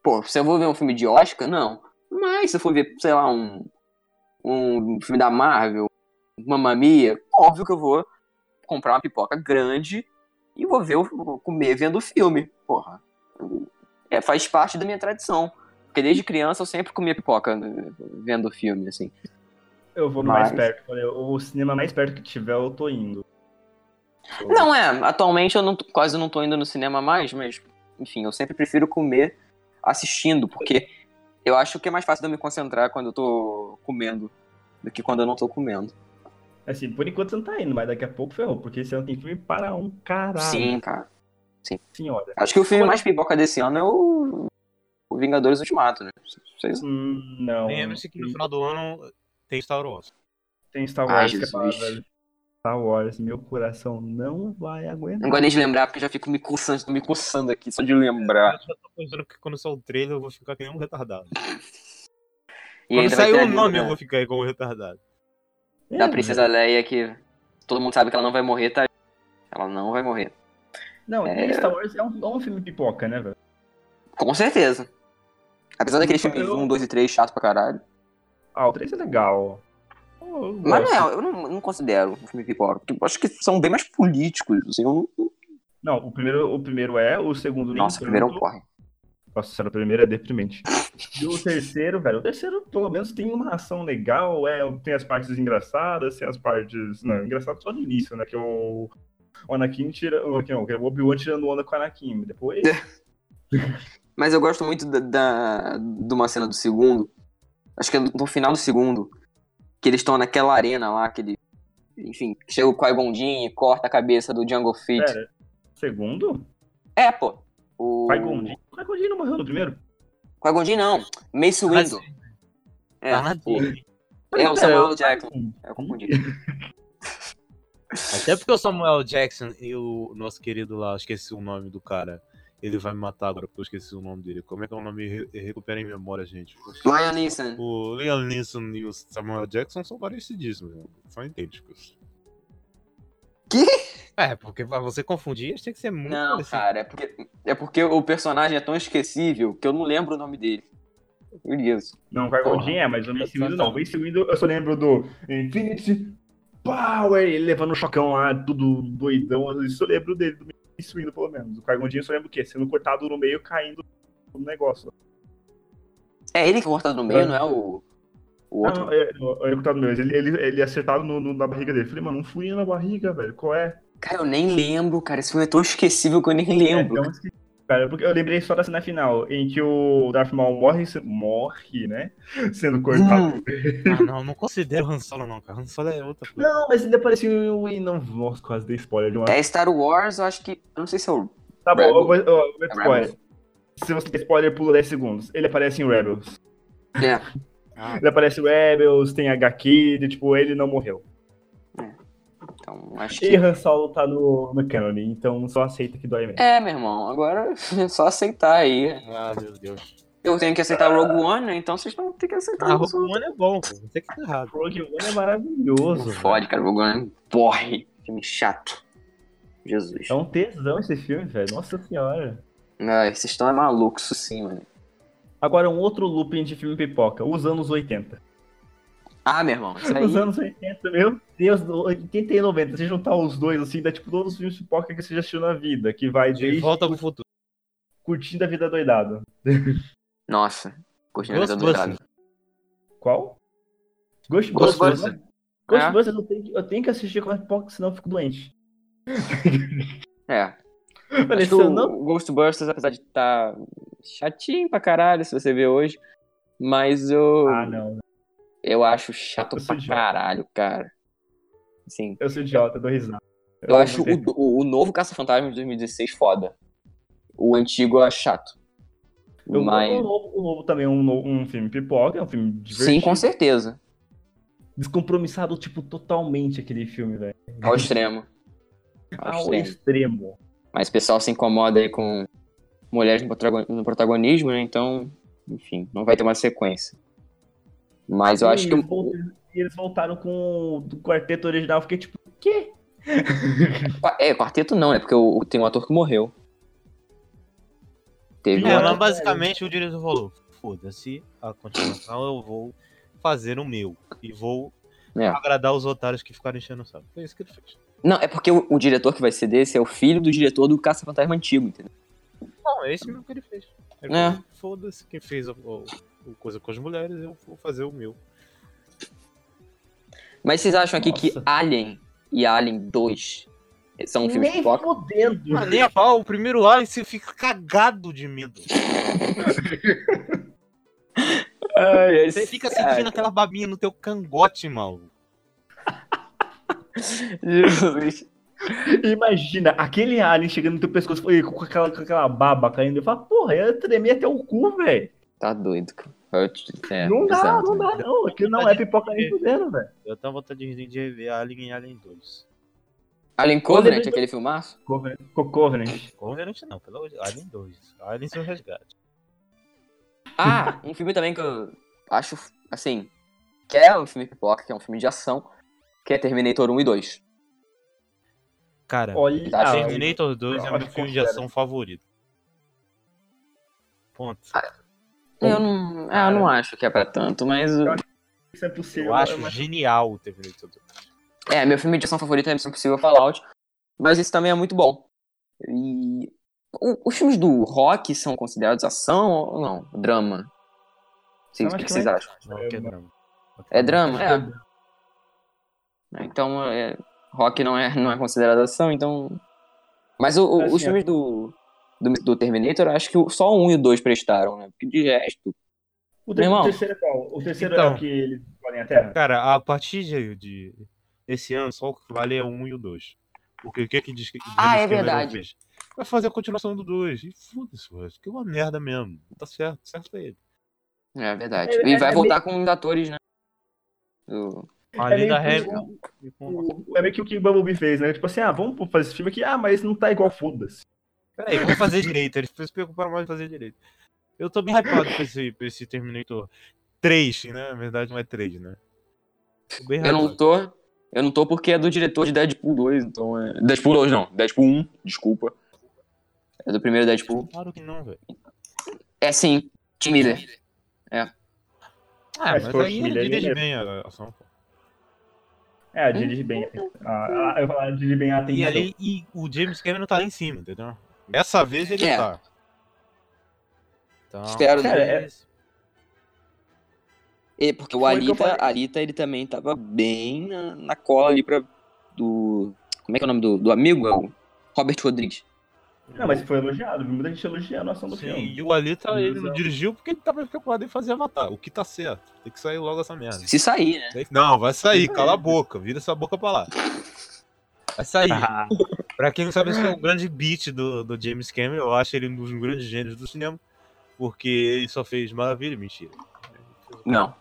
Speaker 3: Pô, se eu vou ver um filme de Oscar, não. Mas se eu for ver, sei lá, um, um filme da Marvel, uma mamia, óbvio que eu vou comprar uma pipoca grande e vou ver, o- vou comer vendo o filme. Porra. É, faz parte da minha tradição. Porque desde criança eu sempre comia pipoca né, vendo filme, assim.
Speaker 1: Eu vou no mais
Speaker 3: Mas-
Speaker 1: perto. falei, O cinema mais perto que tiver, eu tô indo.
Speaker 3: Não é, atualmente eu não, tô- quase não tô indo no cinema mais, mas enfim, eu sempre prefiro comer assistindo, porque eu acho que é mais fácil de eu me concentrar quando eu tô comendo do que quando eu não tô comendo.
Speaker 1: Assim, por enquanto você não tá indo, mas daqui a pouco ferrou, porque você não tem filme para um caralho.
Speaker 3: Sim, cara.
Speaker 1: Senhora.
Speaker 3: Acho que o filme mais pipoca desse ano é o, o Vingadores Ultimato, né? Vocês-
Speaker 1: Hum,
Speaker 3: Então,
Speaker 1: não.
Speaker 2: Lembre-se que no final do ano tem Star Wars.
Speaker 1: Tem Star
Speaker 3: Ai,
Speaker 1: Wars que é
Speaker 3: Jesus.
Speaker 1: lá, velho. Star Wars, meu coração não vai aguentar.
Speaker 3: Não gosto nem de lembrar, porque eu já fico me coçando, tô me coçando aqui, só de lembrar.
Speaker 2: Eu já tô pensando que quando sair o trailer eu vou ficar que nem um retardado.
Speaker 3: E
Speaker 2: quando
Speaker 3: ainda vai
Speaker 2: sair
Speaker 3: ter a
Speaker 2: o
Speaker 3: Disney,
Speaker 2: nome eu
Speaker 3: né?
Speaker 2: vou ficar igual um retardado.
Speaker 1: É,
Speaker 3: da Princesa Leia, que todo mundo sabe que ela não vai morrer, tá? Ela não vai morrer.
Speaker 1: Não,
Speaker 3: É.
Speaker 1: e Star Wars é um, é um filme pipoca, né, velho?
Speaker 3: Com certeza. Apesar daqueles filmes
Speaker 1: Eu-
Speaker 3: 1, 2 e 3 chato pra caralho.
Speaker 1: Ah, o 3 é legal. Oh, Eu gosto.
Speaker 3: Mas não é, eu não, eu não considero um filme pipoca. Tipo, acho que são bem mais políticos, assim. eu não-
Speaker 1: Não, o primeiro, o primeiro é, o segundo nem
Speaker 3: Nossa, o primeiro é um
Speaker 1: tanto.
Speaker 3: porre.
Speaker 1: Nossa senhora, o primeiro é deprimente. E o terceiro, velho, o terceiro pelo menos tem uma ação legal, é, tem as partes engraçadas, tem as partes. Não, engraçado só no início, né? Que o o Anakin tira. O, que não, que é o Obi-Wan tirando onda com o Anakin. Depois.
Speaker 3: Mas eu gosto muito da, da- de uma cena do segundo. Acho que é no final do segundo. Que eles estão naquela arena lá, que ele. Enfim, chega o Qui-Gon Jinn e corta a cabeça do Jungle Fit.
Speaker 1: Pera, segundo?
Speaker 3: É, pô. O...
Speaker 1: Vai Gondin. Vai Gondin não morreu no primeiro?
Speaker 3: Qui-Gon Jinn não. Mace
Speaker 2: Mas-
Speaker 3: Windu. É,
Speaker 2: Tá na
Speaker 3: pô.
Speaker 2: dele.
Speaker 3: é, o
Speaker 1: Pois
Speaker 3: Samuel
Speaker 1: eu-
Speaker 3: Jackson. É, Eu confundi.
Speaker 2: Até porque o Samuel Jackson e o nosso querido lá, eu esqueci o nome do cara. Ele vai me matar agora porque eu esqueci o nome dele. Como é que é o nome? Re- Recupera em memória, gente.
Speaker 3: Lion Neeson.
Speaker 2: O Liam Neeson e o Samuel Jackson são parecidíssimos, né? são idênticos.
Speaker 3: Que?
Speaker 2: É, porque pra você confundir, eles têm que ser muito
Speaker 3: Não,
Speaker 2: parecidos.
Speaker 3: cara, é porque, é porque o personagem é tão esquecível que eu não lembro o nome dele. Por isso.
Speaker 1: Não, vai Gondin é, mas o Mace Windu não. O Mace Windu, eu só lembro do Infinity Power, ele levando um chocão lá, tudo doidão. Eu só lembro dele, do Mace Windu, pelo menos. O Qui-Gon Jinn, eu só lembro o quê? Sendo cortado no meio, caindo no negócio.
Speaker 3: É ele que corta no meio,
Speaker 1: É.
Speaker 3: não é o, o outro?
Speaker 1: Não, é, é, é cortado no meio. Ele, ele, ele é acertado no, no- na barriga dele. Eu falei, mano, não fui na barriga, velho. Qual é?
Speaker 3: Cara, eu nem lembro, cara. Esse filme é tão esquecível que eu nem lembro.
Speaker 1: É, então, esqueci, cara, porque eu lembrei só da cena final, em que o Darth Maul morre, se- morre, né? Sendo
Speaker 2: É,
Speaker 1: cortado.
Speaker 3: Hum,
Speaker 2: Ah, não, não considero o Han Solo, não, cara. Han Solo é outra coisa.
Speaker 1: Não, mas ele apareceu em. Não, nossa, quase dei spoiler de uma.
Speaker 2: tá?
Speaker 3: É Star Wars, eu acho que. Eu não sei se é o.
Speaker 1: Tá bom,
Speaker 3: Rebel.
Speaker 1: eu vou, eu vou dar
Speaker 3: É
Speaker 1: spoiler. Se você der spoiler, pula 10 segundos. Ele aparece em Rebels.
Speaker 3: É.
Speaker 2: Ah,
Speaker 1: Ele aparece em Rebels, tem HQ, de, tipo, ele não morreu.
Speaker 3: Então, acho
Speaker 1: E
Speaker 3: que.
Speaker 1: Han Solo tá no, no canon, então só aceita que dói mesmo.
Speaker 3: É, meu irmão. Agora é só aceitar aí.
Speaker 2: ah, meu Deus.
Speaker 3: Eu tenho que aceitar Rogue One, né? Então vocês vão ter que aceitar.
Speaker 2: Ah,
Speaker 3: isso.
Speaker 2: Rogue One é bom, pô. Não sei que tá errado.
Speaker 1: Rogue One é maravilhoso.
Speaker 3: Não
Speaker 1: velho.
Speaker 3: fode, cara. Rogue One é um porre. Filme chato. Jesus.
Speaker 1: É
Speaker 2: Então-
Speaker 1: um tesão esse filme, velho. Nossa senhora.
Speaker 3: Ai, vocês estão é malucos, isso sim, mano.
Speaker 1: Agora um outro looping de filme pipoca, os anos 80.
Speaker 3: Ah, meu irmão. Isso aí.
Speaker 1: Os anos 80, meu Deus, 80 e 90, se juntar os dois, assim, dá tipo todos os filmes pipoca que você já assistiu na vida, que vai
Speaker 2: De
Speaker 1: desde
Speaker 2: volta pro futuro.
Speaker 1: Curtindo a Vida Doidada.
Speaker 3: Nossa. Curtindo a vida
Speaker 2: Ghostbusters.
Speaker 3: doidada.
Speaker 1: Qual? Ghostbusters.
Speaker 3: Ghostbusters.
Speaker 1: Ghostbusters eu, tenho, que- eu tenho que assistir com a pipoca, senão eu fico doente.
Speaker 3: É.
Speaker 1: Falei,
Speaker 3: Acho que
Speaker 1: se eu
Speaker 3: o
Speaker 1: não...
Speaker 3: o Ghostbusters, apesar de estar chatinho pra caralho, se você ver hoje, mas eu,
Speaker 1: Ah, é não.
Speaker 3: eu acho chato
Speaker 1: Eu sou
Speaker 3: pra
Speaker 1: idiota.
Speaker 3: caralho, cara. Assim,
Speaker 1: Eu sou idiota, eu dou risada.
Speaker 3: eu acho
Speaker 1: não é. sei.
Speaker 3: o, o, o novo Caça-Fantasma de 2016 foda. O antigo eu acho chato.
Speaker 1: Eu-
Speaker 3: mas,
Speaker 1: o, novo, o novo também é um, no- um filme pipoca, é um filme divertido.
Speaker 3: sim, com certeza.
Speaker 1: Descompromissado, tipo, totalmente aquele filme, velho.
Speaker 3: Ao extremo. Ao
Speaker 1: Ao
Speaker 3: extremo.
Speaker 1: extremo.
Speaker 3: Mas o pessoal se incomoda aí com mulheres no protago- no protagonismo, né? Então, enfim, não vai ter uma sequência. Mas eu
Speaker 1: E
Speaker 3: acho que.
Speaker 1: eles vol- E eles voltaram com o do quarteto original, eu fiquei tipo, o quê?
Speaker 3: Qua- É, quarteto não, é porque o, o- tem um ator que morreu. Teve um
Speaker 2: É,
Speaker 1: Agora-
Speaker 2: mas
Speaker 3: ator.
Speaker 2: basicamente o diretor falou: foda-se, a continuação eu vou fazer o meu. E vou
Speaker 3: É.
Speaker 2: agradar os otários que ficaram enchendo o saco. Foi isso que ele fez.
Speaker 3: Não, é porque o, o diretor que vai ser desse é o filho do diretor do Caça-Fantasma Antigo, entendeu?
Speaker 2: Não, é esse mesmo que ele fez. Ele
Speaker 3: É.
Speaker 2: falou, Foda-se, quem fez a, a- a coisa com as mulheres, eu vou fazer o meu.
Speaker 3: Mas vocês acham aqui que
Speaker 1: Nossa.
Speaker 3: Alien e Alien 2 são um filme de
Speaker 1: Nem
Speaker 3: pipoca?
Speaker 1: fodendo.
Speaker 2: Ah, nem a pau, o primeiro Alien você fica cagado de medo. Você fica sentindo aquela babinha no teu cangote, maluco.
Speaker 3: Jesus.
Speaker 1: Imagina, aquele alien chegando no teu pescoço e com aquela, com aquela baba caindo. Eu falo, porra, eu tremei até o cu, velho.
Speaker 3: Tá doido, cara. Eu te- é,
Speaker 1: não dá,
Speaker 3: bizarro,
Speaker 1: não
Speaker 3: né?
Speaker 1: dá, não. Aquilo não é pipoca nem fudendo, velho.
Speaker 2: Eu tava vontade de- de rever Alien e Alien 2.
Speaker 3: Alien
Speaker 1: Quando
Speaker 3: Covenant,
Speaker 1: ele-
Speaker 3: aquele filmaço?
Speaker 1: Covenant. Co- Covenant.
Speaker 2: Covenant não, pelo amor de Alien 2. Alien seu resgate.
Speaker 3: Ah, um filme também que eu acho, assim, que é um filme pipoca, que é um filme de ação, que é Terminator 1 e 2.
Speaker 2: Cara,
Speaker 1: Olha,
Speaker 3: Tá,
Speaker 2: Terminator 2 é
Speaker 1: eu
Speaker 2: meu
Speaker 1: acho que
Speaker 2: filme de
Speaker 1: considera.
Speaker 2: ação favorito. Ponto.
Speaker 3: Eu não, ah, eu não acho que é pra tanto, mas.
Speaker 1: isso é possível.
Speaker 2: Eu acho
Speaker 1: mas-
Speaker 2: genial o Terminator 2.
Speaker 3: É, meu filme de ação favorito é Missão Impossível Fallout. Mas esse também é muito bom. E. o- os filmes do rock são considerados ação ou não? Drama? Vocês-
Speaker 1: Eu acho
Speaker 3: o que
Speaker 1: que
Speaker 3: vocês
Speaker 1: não é-
Speaker 3: acham?
Speaker 2: Não, que é drama.
Speaker 3: É drama? É. Então, é, rock não é, não é considerado ação, então. Mas o- o-
Speaker 1: Assim,
Speaker 3: os
Speaker 1: é.
Speaker 3: filmes do, do, do Terminator, acho que o- só o um e o dois prestaram, né? Porque de resto.
Speaker 1: O,
Speaker 3: Meu irmão. Tá,
Speaker 1: o terceiro é qual? O terceiro é
Speaker 2: Então.
Speaker 1: o que eles podem a Terra?
Speaker 2: Cara, a partir de, de esse ano, só o que vale é o 1 e o 2. Porque o que que diz que
Speaker 3: Ah,
Speaker 2: diz
Speaker 3: é
Speaker 2: que o Cameron
Speaker 3: verdade.
Speaker 2: fez? Vai fazer a continuação do 2. E foda-se, eu acho que é uma merda mesmo. Tá certo, certo é ele.
Speaker 3: É verdade.
Speaker 1: É-
Speaker 3: E
Speaker 1: é-
Speaker 3: vai
Speaker 1: é
Speaker 3: voltar com os atores, né? Do-
Speaker 2: A Linda
Speaker 1: meio que um-
Speaker 2: Hamilton.
Speaker 1: O- É meio que o que o Bumblebee fez, né? Tipo assim, ah, vamos fazer esse filme aqui. Ah, mas não tá igual, foda-se.
Speaker 2: Peraí, vamos fazer direito. Eles se preocuparam mais em fazer direito. Eu tô bem hypado pra esse, pra esse Terminator 3, né? Na verdade não é 3, né? Tô bem
Speaker 1: É,
Speaker 3: Eu não
Speaker 2: hypado.
Speaker 3: tô. Eu não tô porque é do diretor de Deadpool 2, então é. Deadpool 2 não, Deadpool 1, desculpa. É do primeiro Deadpool.
Speaker 2: Claro que não, velho.
Speaker 3: É sim, Tim Miller.
Speaker 2: Ah,
Speaker 1: Mas
Speaker 2: mas,
Speaker 1: foi o
Speaker 2: aí
Speaker 1: Schmiller,
Speaker 2: ele dirige
Speaker 1: ele-
Speaker 2: bem a a ação. pô.
Speaker 1: É, dirige bem.
Speaker 3: Uhum.
Speaker 1: Ah, ah, eu falar dirige bem a
Speaker 2: E,
Speaker 1: atenção.
Speaker 2: ali, e o James Cameron tá lá em cima, entendeu? Dessa vez ele
Speaker 3: É.
Speaker 2: tá. Então,
Speaker 3: Espero, né?
Speaker 1: Cara, é-
Speaker 3: É, porque o
Speaker 1: Foi o que eu
Speaker 3: Alita,
Speaker 1: falei.
Speaker 3: Alita, ele também tava bem na, na cola ali pra. Do. Como é que é o nome do, do amigo? É o Robert Rodrigues.
Speaker 1: Não, mas foi elogiado. Viu muita gente elogiando a ação do
Speaker 2: Sim,
Speaker 1: filme.
Speaker 2: e o Alita
Speaker 1: Não
Speaker 2: ele não
Speaker 1: usava.
Speaker 2: dirigiu porque ele tava preocupado em fazer Avatar, o que tá certo. Tem que sair logo essa merda.
Speaker 3: Se sair, né?
Speaker 2: Tem que- Não, vai sair, cala a boca, vira essa boca pra lá. Vai sair.
Speaker 1: Ah.
Speaker 2: Pra quem não sabe, esse é um grande beat do, do James Cameron. Eu acho ele um dos grandes gênios do cinema. Porque ele só fez maravilha, mentira.
Speaker 3: Não.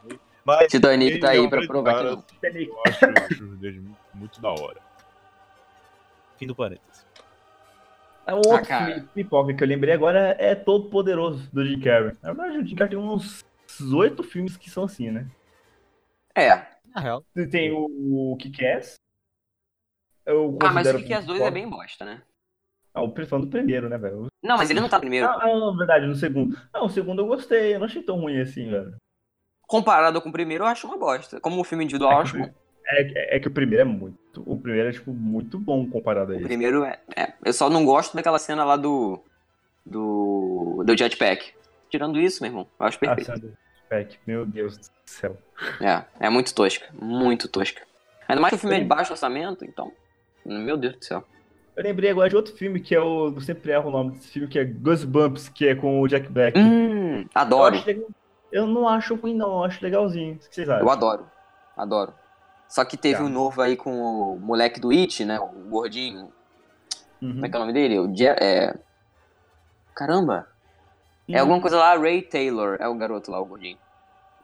Speaker 2: Mas
Speaker 3: Titanic
Speaker 2: ele
Speaker 3: tá
Speaker 2: é
Speaker 3: aí
Speaker 2: um
Speaker 3: pra
Speaker 2: grande
Speaker 3: provar que
Speaker 2: cara.
Speaker 3: não.
Speaker 2: Eu acho, eu acho ele muito da hora. Fim do parênteses.
Speaker 1: É um outro
Speaker 3: Ah, cara.
Speaker 1: filme pipoca que eu lembrei agora é Todo Poderoso, do Jim Carrey. Na verdade, o Jim Carrey tem uns oito filmes que são assim, né?
Speaker 3: É.
Speaker 2: Na real.
Speaker 1: Tem o, o Kick-Ass. eu
Speaker 3: Ah, mas
Speaker 1: considero
Speaker 3: o que que as duas é
Speaker 1: pipoca.
Speaker 3: bem bosta, né?
Speaker 1: Ah, o pessoal do primeiro, né, velho?
Speaker 3: Não, mas ele não tá no primeiro.
Speaker 1: Ah, ah, na verdade, no segundo. Ah, o segundo eu gostei. Eu não achei tão ruim assim, velho.
Speaker 3: Comparado com o primeiro, eu acho uma bosta. Como um filme individual, eu acho bom.
Speaker 1: É, é que o primeiro é muito. O primeiro é, tipo, muito bom comparado a
Speaker 3: O
Speaker 1: ele.
Speaker 3: primeiro é, é. Eu só não gosto daquela cena lá do. Do. Do jetpack. Tirando isso, meu irmão, eu acho
Speaker 1: Ah,
Speaker 3: perfeito.
Speaker 1: sabe? Pack, meu Deus do céu.
Speaker 3: É, é muito tosca. Muito tosca. Ainda mais que o filme é de baixo orçamento, então. Meu Deus do céu.
Speaker 1: Eu lembrei agora de outro filme que é o. Eu sempre erro o nome desse filme, que é Goosebumps, que é com o Jack Black.
Speaker 3: Hum,
Speaker 1: eu,
Speaker 3: adoro.
Speaker 1: acho legal- eu não acho ruim, não. Eu acho legalzinho. O que vocês
Speaker 3: Eu
Speaker 1: acham?
Speaker 3: adoro. Adoro. Só que teve
Speaker 1: Tá.
Speaker 3: um novo aí com o moleque do It, né? O gordinho.
Speaker 1: Uhum.
Speaker 3: Como é que é o nome dele? O Je é... Caramba!
Speaker 1: Uhum.
Speaker 3: É alguma coisa lá, Ray Taylor. É o garoto lá, o gordinho.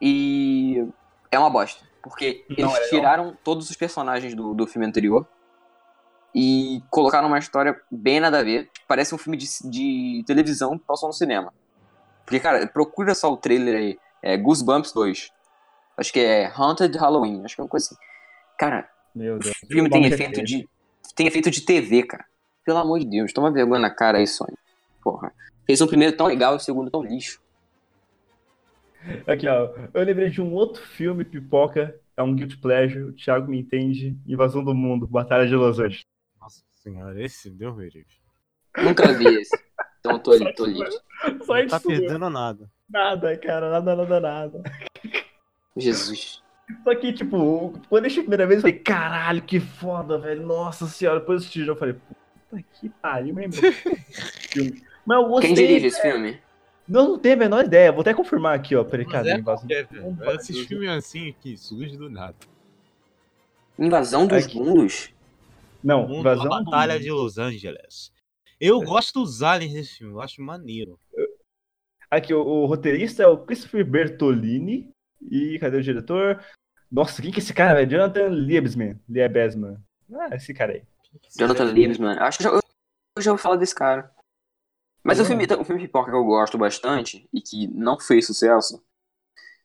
Speaker 3: E é uma bosta. Porque
Speaker 1: Não,
Speaker 3: eles
Speaker 1: é legal.
Speaker 3: tiraram todos os personagens do, do filme anterior e colocaram uma história bem nada a ver. Parece um filme de, de televisão que passou no cinema. Porque, cara, procura só o trailer aí. É Goosebumps 2. Acho que é Haunted Halloween. Acho que é uma coisa assim. Cara,
Speaker 1: Meu Deus.
Speaker 3: o filme tem
Speaker 1: Vamos
Speaker 3: efeito
Speaker 1: rever.
Speaker 3: de. Tem efeito de TV, cara. Pelo amor de Deus, toma vergonha na cara aí, Sony. Porra. Fez um primeiro tão legal e o segundo tão lixo.
Speaker 1: Aqui, ó. Eu lembrei de um outro filme, Pipoca. É um Guilty Pleasure. O Thiago me entende. Invasão do Mundo, Batalha de Los Angeles.
Speaker 2: Nossa senhora, esse deu me livre.
Speaker 3: Nunca vi esse. Então tô, tô lixo.
Speaker 1: Só
Speaker 2: Não
Speaker 1: isso.
Speaker 2: tá perdendo nada.
Speaker 1: Nada, cara. Nada, nada, nada.
Speaker 3: Jesus.
Speaker 1: Só que, tipo, quando eu achei a primeira vez, eu falei, caralho, que foda, velho. Nossa senhora. Depois eu assisti, eu falei, puta que pariu, meu irmão. Filme. Mas eu
Speaker 3: Quem
Speaker 1: gostei. né?
Speaker 3: dirige esse filme?
Speaker 1: Não, não tenho a menor ideia. Vou até confirmar aqui, ó. Peraí,
Speaker 2: Mas
Speaker 1: cadê?
Speaker 2: é
Speaker 1: Invasão?
Speaker 2: É, velho.
Speaker 1: Opa,
Speaker 2: Esses
Speaker 1: Deus.
Speaker 2: filmes assim que surgem do nada.
Speaker 3: Invasão dos
Speaker 1: Aqui.
Speaker 3: Mundos?
Speaker 1: Não,
Speaker 2: Mundo,
Speaker 1: invasão.
Speaker 2: a
Speaker 1: do
Speaker 2: Batalha
Speaker 1: Mundo.
Speaker 2: de Los Angeles. Eu gosto dos aliens desse filme, eu acho maneiro.
Speaker 1: Aqui, o, o roteirista é o Christopher Bertolini. E cadê o diretor? Nossa, quem que é esse cara, velho? Jonathan Liebesman. Liebesman. Ah, esse cara aí.
Speaker 3: Jonathan Liebsman. Acho que já, eu, eu já ouvi falar desse cara. Mas o
Speaker 1: Hum.
Speaker 3: filme, então, o filme pipoca que eu gosto bastante e que não fez sucesso,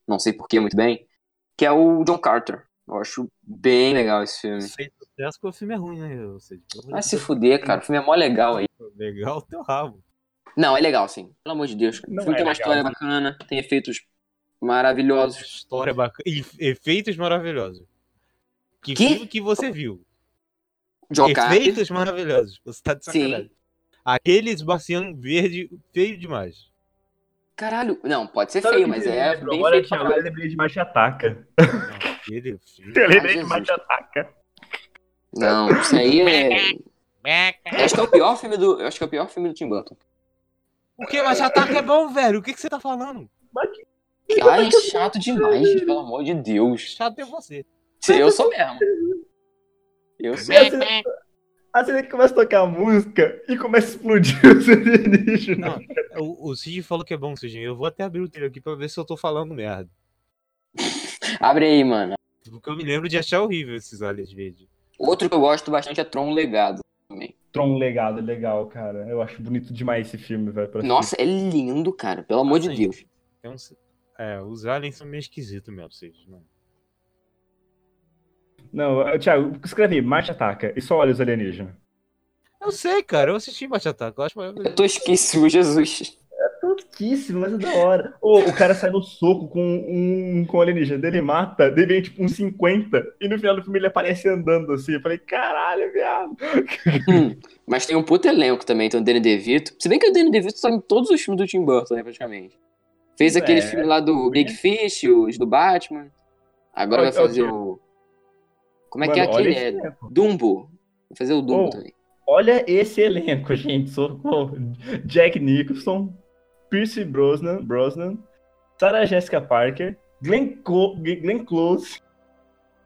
Speaker 3: não sei porquê muito bem, que é o John Carter. Eu acho bem legal esse filme.
Speaker 2: Fez sucesso porque o filme é ruim, né? Ou seja, pelo amor
Speaker 3: Vai
Speaker 2: de
Speaker 3: Ah, se fuder, cara. O filme é mó legal aí.
Speaker 2: Deus, Legal o teu rabo.
Speaker 3: Não, é legal, sim. Pelo amor de Deus, cara. O
Speaker 1: Não
Speaker 3: filme
Speaker 1: é
Speaker 3: tem uma
Speaker 1: legal,
Speaker 3: história
Speaker 1: sim.
Speaker 3: bacana, tem efeitos maravilhosos.
Speaker 2: História bacana. E efeitos maravilhosos. Que,
Speaker 3: Que?
Speaker 2: filme que você viu?
Speaker 3: John Carter.
Speaker 2: efeitos maravilhosos. Você tá de
Speaker 3: Sim.
Speaker 2: sacanagem. Aquele esbarciano verde feio demais.
Speaker 3: Caralho. Não, pode ser
Speaker 1: Sabe o
Speaker 3: feio,
Speaker 1: que
Speaker 3: mas
Speaker 1: me
Speaker 3: é
Speaker 1: lembrou
Speaker 3: bem
Speaker 1: agora,
Speaker 3: feito. pra
Speaker 1: Thiago?
Speaker 3: caralho.
Speaker 1: Eu lembrei de Marte Ataca.
Speaker 2: Não, Aquele filme.
Speaker 1: Eu lembrei de
Speaker 3: Jesus.
Speaker 1: Marte Ataca.
Speaker 3: Não, isso aí é. Eu acho que é o pior filme do. Eu acho que é o pior filme do Tim Burton.
Speaker 2: O que? Mas Ataque é bom, velho. O que, que você tá falando?
Speaker 1: é
Speaker 3: Ai, chato demais, gente, pelo amor de Deus.
Speaker 2: Chato é você.
Speaker 3: Eu sou mesmo. Eu sou.
Speaker 1: A cena que começa a tocar a música e começa a explodir os alienígenas.
Speaker 2: Não, o, o Cid falou que é bom, Cid. Eu vou até abrir o trilho aqui pra ver se eu tô falando merda.
Speaker 3: Abre aí, mano.
Speaker 2: Porque eu me lembro de achar horrível esses olhos verdes.
Speaker 3: Outro que eu gosto bastante é Tron Legado.
Speaker 1: Tron Legado é legal, cara. Eu acho bonito demais esse filme, velho. pra assistir.
Speaker 3: Nossa, é lindo, cara. Pelo amor de
Speaker 2: Assim,
Speaker 3: Deus.
Speaker 2: tem uns- É, os aliens são meio esquisitos mesmo, Cid. né? Não.
Speaker 1: Não, eh, Thiago, escreve aí, Marte ataca e só olha os alienígenas.
Speaker 2: Eu sei, cara. Eu assisti Bate Ataque. Eu acho maravilhoso.
Speaker 3: Eu tô esquecido, Jesus.
Speaker 1: Tontíssimo, mas é da hora. Ô, o cara sai no soco com um com um alienígena, dele mata, dele vem tipo uns 50, e no final do filme ele aparece andando assim. Eu falei, caralho, viado.
Speaker 3: Hum, Mas tem um puto elenco também, tem o Danny DeVito. Se bem que o Danny DeVito tá em todos os filmes do Tim Burton, né, praticamente. Fez aquele
Speaker 1: É,
Speaker 3: filme lá do Big Fish, os do Batman. Agora
Speaker 1: Olha-
Speaker 3: vai fazer
Speaker 1: olha
Speaker 3: o... Como é que é
Speaker 1: Mano, olha
Speaker 3: aquele?
Speaker 1: esse
Speaker 3: É
Speaker 1: elenco.
Speaker 3: Dumbo. Vai fazer o Dumbo
Speaker 1: Oh.
Speaker 3: também.
Speaker 1: Olha esse elenco, gente. Socorro. Jack Nicholson, Pierce Brosnan, Brosnan Sarah Jessica Parker, Glenn, Co- Glenn Close,